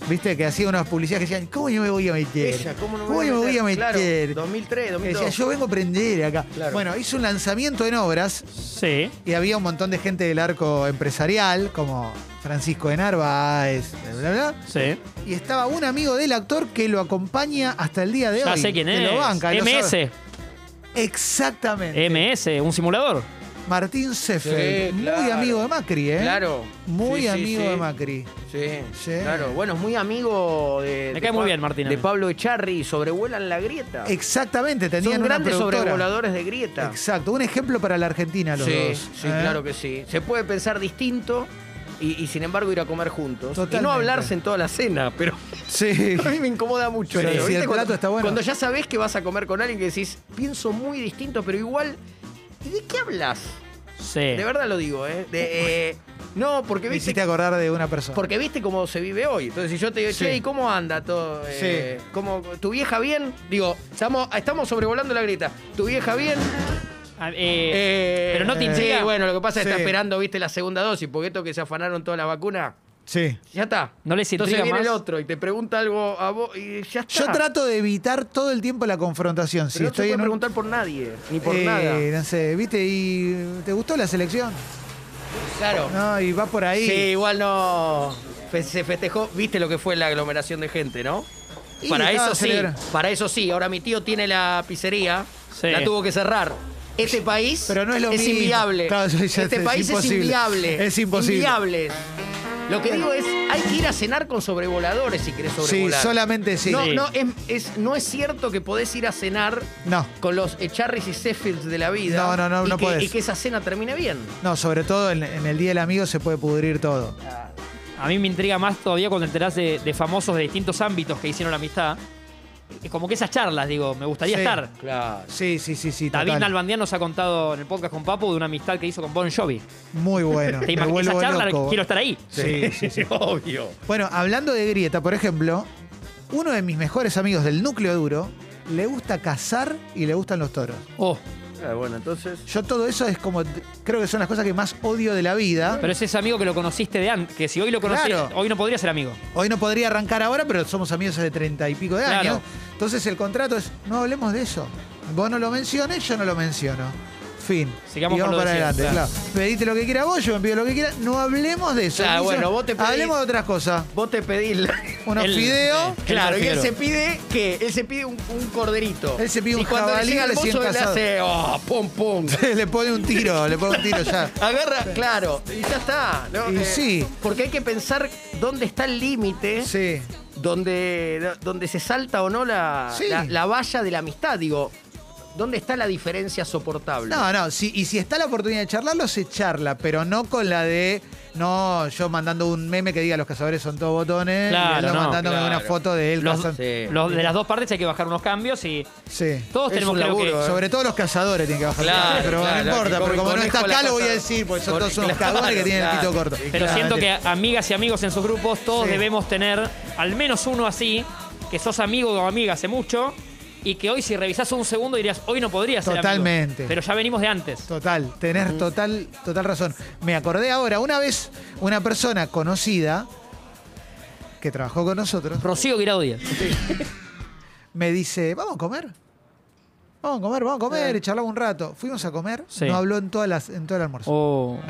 Speaker 1: viste que hacía unas publicidades que decían, ¿cómo yo me voy a meter?
Speaker 2: Ella, ¿cómo no me
Speaker 1: ¿Cómo
Speaker 2: voy a
Speaker 1: yo me voy a
Speaker 2: meter? Claro,
Speaker 1: meter?
Speaker 2: 2003,
Speaker 1: Que decía,
Speaker 2: 2002.
Speaker 1: yo vengo a aprender acá.
Speaker 2: Claro.
Speaker 1: Bueno, hizo un lanzamiento en obras
Speaker 3: Sí.
Speaker 1: Y había un montón de gente del arco empresarial, como Francisco de Narváez, bla, bla, bla.
Speaker 3: Sí.
Speaker 1: Y estaba un amigo del actor que lo acompaña hasta el día de
Speaker 3: Ya
Speaker 1: hoy.
Speaker 3: sé quién
Speaker 1: que
Speaker 3: es. Eh.
Speaker 1: lo banca, lo sabe.
Speaker 3: MS.
Speaker 1: Exactamente.
Speaker 3: MS, un simulador.
Speaker 1: Martín Seffel.
Speaker 2: Sí,
Speaker 1: Muy
Speaker 2: claro.
Speaker 1: amigo de Macri, ¿eh?
Speaker 2: Claro.
Speaker 1: Muy
Speaker 2: Sí, sí,
Speaker 1: amigo
Speaker 2: sí.
Speaker 1: de Macri.
Speaker 2: Sí,
Speaker 1: Sí.
Speaker 2: Claro. Bueno, es muy amigo de.
Speaker 3: Me
Speaker 2: de
Speaker 3: cae muy
Speaker 2: Pa-
Speaker 3: bien, Martín, a
Speaker 2: De
Speaker 3: mí.
Speaker 2: Pablo Echarri. Sobrevuelan la grieta.
Speaker 1: Exactamente, tenían
Speaker 2: Son
Speaker 1: una
Speaker 2: grandes
Speaker 1: productora.
Speaker 2: sobrevoladores de grieta.
Speaker 1: Exacto, un ejemplo para la Argentina los
Speaker 2: sí,
Speaker 1: dos. ¿eh?
Speaker 2: sí, claro que sí. Se puede pensar distinto y, y sin embargo ir a comer juntos. Y no
Speaker 1: Totalmente.
Speaker 2: hablarse en toda la cena, pero
Speaker 1: Sí.
Speaker 2: a mí me incomoda mucho.
Speaker 1: Pero
Speaker 2: eso,
Speaker 1: si
Speaker 2: ¿viste?
Speaker 1: el
Speaker 2: cuando,
Speaker 1: plato está bueno.
Speaker 2: cuando ya sabes que vas a comer con alguien que decís, pienso muy distinto, pero igual, ¿y de qué hablas?
Speaker 3: Sí.
Speaker 2: De verdad lo digo, ¿eh? De, eh, no, porque
Speaker 1: Me
Speaker 2: viste,
Speaker 1: hiciste acordar de una persona.
Speaker 2: porque viste cómo se vive hoy. Entonces, si yo te digo,
Speaker 1: Sí.
Speaker 2: che, ¿y cómo anda todo? Eh, ¿cómo- ¿Tu vieja bien? Digo, estamos, estamos sobrevolando la grieta. ¿Tu vieja bien?
Speaker 3: Ah, eh,
Speaker 2: Eh,
Speaker 3: Pero no te
Speaker 2: sí,
Speaker 3: intriga.
Speaker 2: bueno, lo que pasa es
Speaker 1: Sí.
Speaker 2: que está esperando, viste, la segunda dosis, porque esto que se afanaron toda la vacuna.
Speaker 1: Sí.
Speaker 2: Ya está.
Speaker 3: No les
Speaker 2: Entonces
Speaker 3: intriga
Speaker 2: viene
Speaker 3: más.
Speaker 2: el otro y te pregunta algo a vos y ya está.
Speaker 1: Yo trato de evitar todo el tiempo la confrontación.
Speaker 2: Ah. Pero
Speaker 1: si
Speaker 2: no
Speaker 1: estoy
Speaker 2: se puede
Speaker 1: en un-
Speaker 2: preguntar por nadie, ni por
Speaker 1: Eh,
Speaker 2: nada.
Speaker 1: No sé, ¿viste? ¿Y te gustó la selección?
Speaker 2: Claro.
Speaker 1: No, y va por ahí.
Speaker 2: Sí, igual no. Fe- Se festejó, viste lo que fue la aglomeración de gente, ¿no?
Speaker 1: Y
Speaker 2: Para
Speaker 1: estaba
Speaker 2: eso sí,
Speaker 1: celebrando.
Speaker 2: para eso sí. Ahora mi tío tiene la pizzería,
Speaker 3: Sí.
Speaker 2: la tuvo que cerrar. Este país
Speaker 1: Pero no es lo mismo.
Speaker 2: inviable.
Speaker 1: Claro, ya sé,
Speaker 2: este
Speaker 1: es
Speaker 2: país es
Speaker 1: imposible.
Speaker 2: inviable.
Speaker 1: Es imposible.
Speaker 2: Inviable. Lo que digo es, hay que ir a cenar con sobrevoladores si querés
Speaker 1: Sí,
Speaker 2: sobrevolar.
Speaker 1: solamente sí.
Speaker 2: No,
Speaker 3: Sí.
Speaker 2: no, es, es- no es cierto que podés ir a cenar
Speaker 1: No.
Speaker 2: con los Echarris y Zephyrs de la vida.
Speaker 1: No, no, no,
Speaker 2: y
Speaker 1: no
Speaker 2: que-
Speaker 1: podés.
Speaker 2: Y que esa cena termine bien.
Speaker 1: No, sobre todo en, en el Día del Amigo se puede pudrir todo.
Speaker 3: A mí me intriga más todavía cuando enterás de, de famosos de distintos ámbitos que hicieron la amistad. Es como que esas charlas, digo, me gustaría
Speaker 1: Sí.
Speaker 3: estar.
Speaker 2: Claro.
Speaker 1: Sí, sí, sí, sí.
Speaker 3: David
Speaker 1: total.
Speaker 3: Nalbandian nos ha contado en el podcast con Papo de una amistad que hizo con Bon Jovi.
Speaker 1: Muy bueno.
Speaker 3: Te
Speaker 1: Me
Speaker 3: imag-
Speaker 1: vuelvo
Speaker 3: esa charla,
Speaker 1: loco.
Speaker 3: quiero estar ahí.
Speaker 1: Sí, sí, sí.
Speaker 2: Obvio.
Speaker 1: Bueno, hablando de grieta, por ejemplo, uno de mis mejores amigos del núcleo duro le gusta cazar y le gustan los toros.
Speaker 3: Oh,
Speaker 2: Ah, bueno, entonces.
Speaker 1: Yo todo eso es como, creo que son las cosas que más odio de la vida.
Speaker 3: pero es ese amigo que lo conociste de antes, que si hoy lo conocés,
Speaker 1: Claro.
Speaker 3: hoy no podría ser amigo.
Speaker 1: Hoy no podría arrancar ahora, pero somos amigos hace treinta y pico de
Speaker 3: Claro.
Speaker 1: años. Entonces el contrato es, no hablemos de eso. Vos no lo menciones, yo no lo menciono. Fin.
Speaker 3: Sigamos
Speaker 1: y
Speaker 3: con
Speaker 1: vamos
Speaker 3: lo
Speaker 1: para
Speaker 3: de
Speaker 1: adelante,
Speaker 3: siempre.
Speaker 1: claro. Pedite lo que quiera vos, yo me pido lo que quiera. No hablemos de eso.
Speaker 3: Ah,
Speaker 2: Claro,
Speaker 1: Ni
Speaker 2: bueno,
Speaker 1: so-
Speaker 2: vos te pedís-
Speaker 1: Hablemos de otras cosas.
Speaker 2: Vos te pedís. la-
Speaker 1: Unos
Speaker 3: El-
Speaker 1: fideos.
Speaker 3: eh.
Speaker 2: Claro, y él
Speaker 3: Prefiero.
Speaker 2: se pide ¿qué? Él se pide un, un corderito.
Speaker 1: Él se pide
Speaker 2: y
Speaker 1: un
Speaker 2: cuando
Speaker 1: jabalí
Speaker 2: le llega al
Speaker 1: recién
Speaker 2: mozo, él le
Speaker 1: casado.
Speaker 2: hace. ¡Oh, pom, pom!
Speaker 1: le pone un tiro, le pone un tiro ya.
Speaker 2: Agarra, claro, y ya está. ¿no? Eh,
Speaker 1: Y sí.
Speaker 2: Porque hay que pensar dónde está el límite,
Speaker 1: Sí.
Speaker 2: donde, donde se salta o no la,
Speaker 1: Sí.
Speaker 2: la, la valla de la amistad, digo. ¿Dónde está la diferencia soportable?
Speaker 1: No, no, si- y si está la oportunidad de charlarlo, se charla, pero no con la de, no, yo mandando un meme que diga los cazadores son todos botones,
Speaker 3: Claro,
Speaker 1: y él no
Speaker 3: no,
Speaker 1: mandándome
Speaker 2: claro.
Speaker 1: una foto de él
Speaker 3: Los-
Speaker 1: cazando.
Speaker 2: Sí.
Speaker 3: Los- de las dos partes hay que bajar unos cambios y
Speaker 1: Sí.
Speaker 3: todos
Speaker 2: Es
Speaker 3: tenemos
Speaker 2: un
Speaker 3: creo
Speaker 2: laburo,
Speaker 3: que...
Speaker 2: eh.
Speaker 1: Sobre todo los cazadores tienen que bajar.
Speaker 2: Claro,
Speaker 1: pero
Speaker 2: claro,
Speaker 1: no importa,
Speaker 2: que
Speaker 1: porque como no
Speaker 2: conejo
Speaker 1: está acá
Speaker 2: la
Speaker 1: lo voy a
Speaker 2: cazada.
Speaker 1: decir, porque son
Speaker 2: Con-
Speaker 1: todos unos
Speaker 2: claro,
Speaker 1: cagones que tienen el
Speaker 2: claro.
Speaker 1: pito corto.
Speaker 3: Pero
Speaker 1: Claro,
Speaker 3: siento que
Speaker 1: mentira.
Speaker 3: amigas y amigos en sus grupos, todos
Speaker 1: Sí.
Speaker 3: debemos tener al menos uno así, que sos amigo o amiga hace mucho, y que hoy si revisás un segundo dirías, hoy no podría ser amigo".
Speaker 1: Totalmente.
Speaker 3: Pero ya venimos de antes.
Speaker 1: Total, tenés total, total razón. Me acordé ahora, una vez una persona conocida que trabajó con nosotros
Speaker 3: Rocío Guirado Díaz.
Speaker 1: me dice, vamos a comer. Vamos a comer, vamos a comer, y charlamos un rato. Fuimos a comer,
Speaker 3: Sí.
Speaker 1: no habló en, todas las, en todo el almuerzo.
Speaker 3: Oh.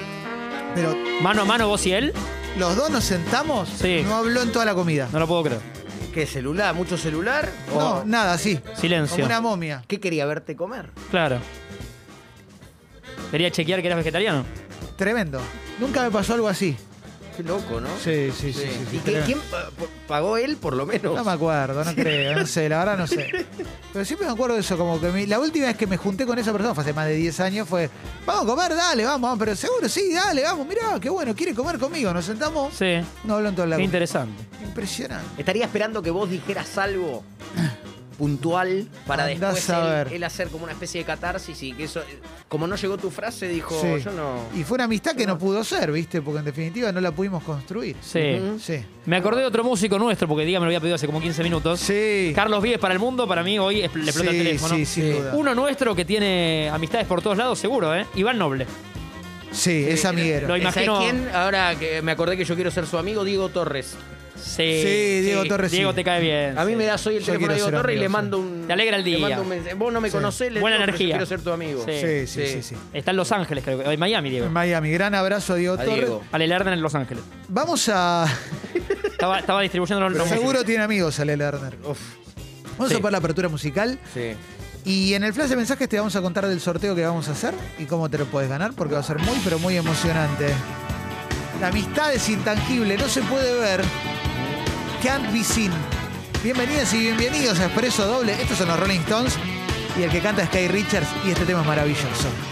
Speaker 1: Pero
Speaker 3: Mano a mano vos y él,
Speaker 1: los dos nos sentamos,
Speaker 3: Sí.
Speaker 1: no habló en toda la comida.
Speaker 3: no lo puedo creer.
Speaker 2: ¿Qué celular? ¿Mucho celular? ¿O
Speaker 1: No, nada, así.
Speaker 3: Silencio.
Speaker 1: Como una momia.
Speaker 2: ¿Qué quería verte comer?
Speaker 3: Claro. Quería chequear que eras vegetariano.
Speaker 1: Tremendo. Nunca me pasó algo así.
Speaker 2: Qué loco, ¿no?
Speaker 1: Sí, sí, sí. sí, sí,
Speaker 2: ¿Y qué-
Speaker 1: tremendo.
Speaker 2: quién pa- pa- pagó él por lo menos?
Speaker 1: No me acuerdo, no creo, no sé, la verdad no sé. Pero siempre me acuerdo de eso, como que mi- la última vez que me junté con esa persona, fue hace más de 10 años, fue, vamos a comer, dale, vamos, vamos, pero seguro, sí, dale, vamos, mirá, qué bueno, quiere comer conmigo, nos sentamos,
Speaker 3: Sí.
Speaker 1: no habló en toda la
Speaker 3: Qué interesante.
Speaker 1: Impresionante.
Speaker 2: Estaría esperando que vos dijeras algo puntual para
Speaker 1: Andá
Speaker 2: después
Speaker 1: a
Speaker 2: él-
Speaker 1: ver.
Speaker 2: Él, hacer como una especie de catarsis y que eso eh, como no llegó tu frase dijo
Speaker 1: Sí.
Speaker 2: yo no
Speaker 1: Y fue una amistad que no pudo ser, ¿viste? Porque en definitiva no la pudimos construir.
Speaker 3: Sí.
Speaker 1: Sí.
Speaker 3: Me acordé de otro músico nuestro, porque Diga me lo había pedido hace como 15 minutos.
Speaker 1: Sí.
Speaker 3: Carlos Vives para el mundo, para mí hoy es- le explota
Speaker 1: Sí,
Speaker 3: el teléfono.
Speaker 1: sí, sin duda.
Speaker 3: Uno nuestro que tiene amistades por todos lados, seguro, ¿eh? Iván Noble.
Speaker 1: Sí, es amiguero.
Speaker 3: Lo imagino.
Speaker 2: Eh, ¿Sabés quién? Ahora que me acordé que yo quiero ser su amigo Diego Torres.
Speaker 3: Sí,
Speaker 1: Sí, Diego Torres,
Speaker 3: Diego
Speaker 1: sí.
Speaker 3: te cae bien.
Speaker 2: A mí
Speaker 3: sí.
Speaker 2: me das hoy el
Speaker 1: Yo
Speaker 2: teléfono
Speaker 1: quiero
Speaker 2: de Diego
Speaker 1: ser
Speaker 2: Torres y
Speaker 1: amigo,
Speaker 2: le
Speaker 1: sí.
Speaker 2: mando un
Speaker 3: Te alegra el
Speaker 2: le
Speaker 3: día.
Speaker 2: mando un mensaje. Vos no me
Speaker 1: Sí.
Speaker 2: conocés, le
Speaker 3: Buena
Speaker 2: digo, pero yo
Speaker 3: energía.
Speaker 2: quiero ser tu amigo.
Speaker 3: Sí.
Speaker 1: Sí, sí, sí, sí.
Speaker 2: Sí.
Speaker 3: Está en Los Ángeles, creo que. En Miami, Diego.
Speaker 1: En Miami, gran abrazo a Diego
Speaker 2: A
Speaker 1: Torres.
Speaker 2: Diego.
Speaker 3: Ale Lerner en Los Ángeles.
Speaker 1: Vamos a.
Speaker 3: Estaba, estaba distribuyendo los, los
Speaker 1: Seguro tiene amigos, Ale Lerner.
Speaker 2: Uf,
Speaker 1: Vamos
Speaker 3: Sí.
Speaker 1: a ver la apertura musical.
Speaker 2: sí.
Speaker 1: Y en el flash de mensajes te vamos a contar del sorteo que vamos a hacer y cómo te lo puedes ganar, porque va a ser muy, pero muy emocionante. La amistad es intangible, no se puede ver. Can't be seen. Bienvenidas y bienvenidos a Expreso Doble. Estos son los Rolling Stones y el que canta es Kay Richards y este tema es maravilloso.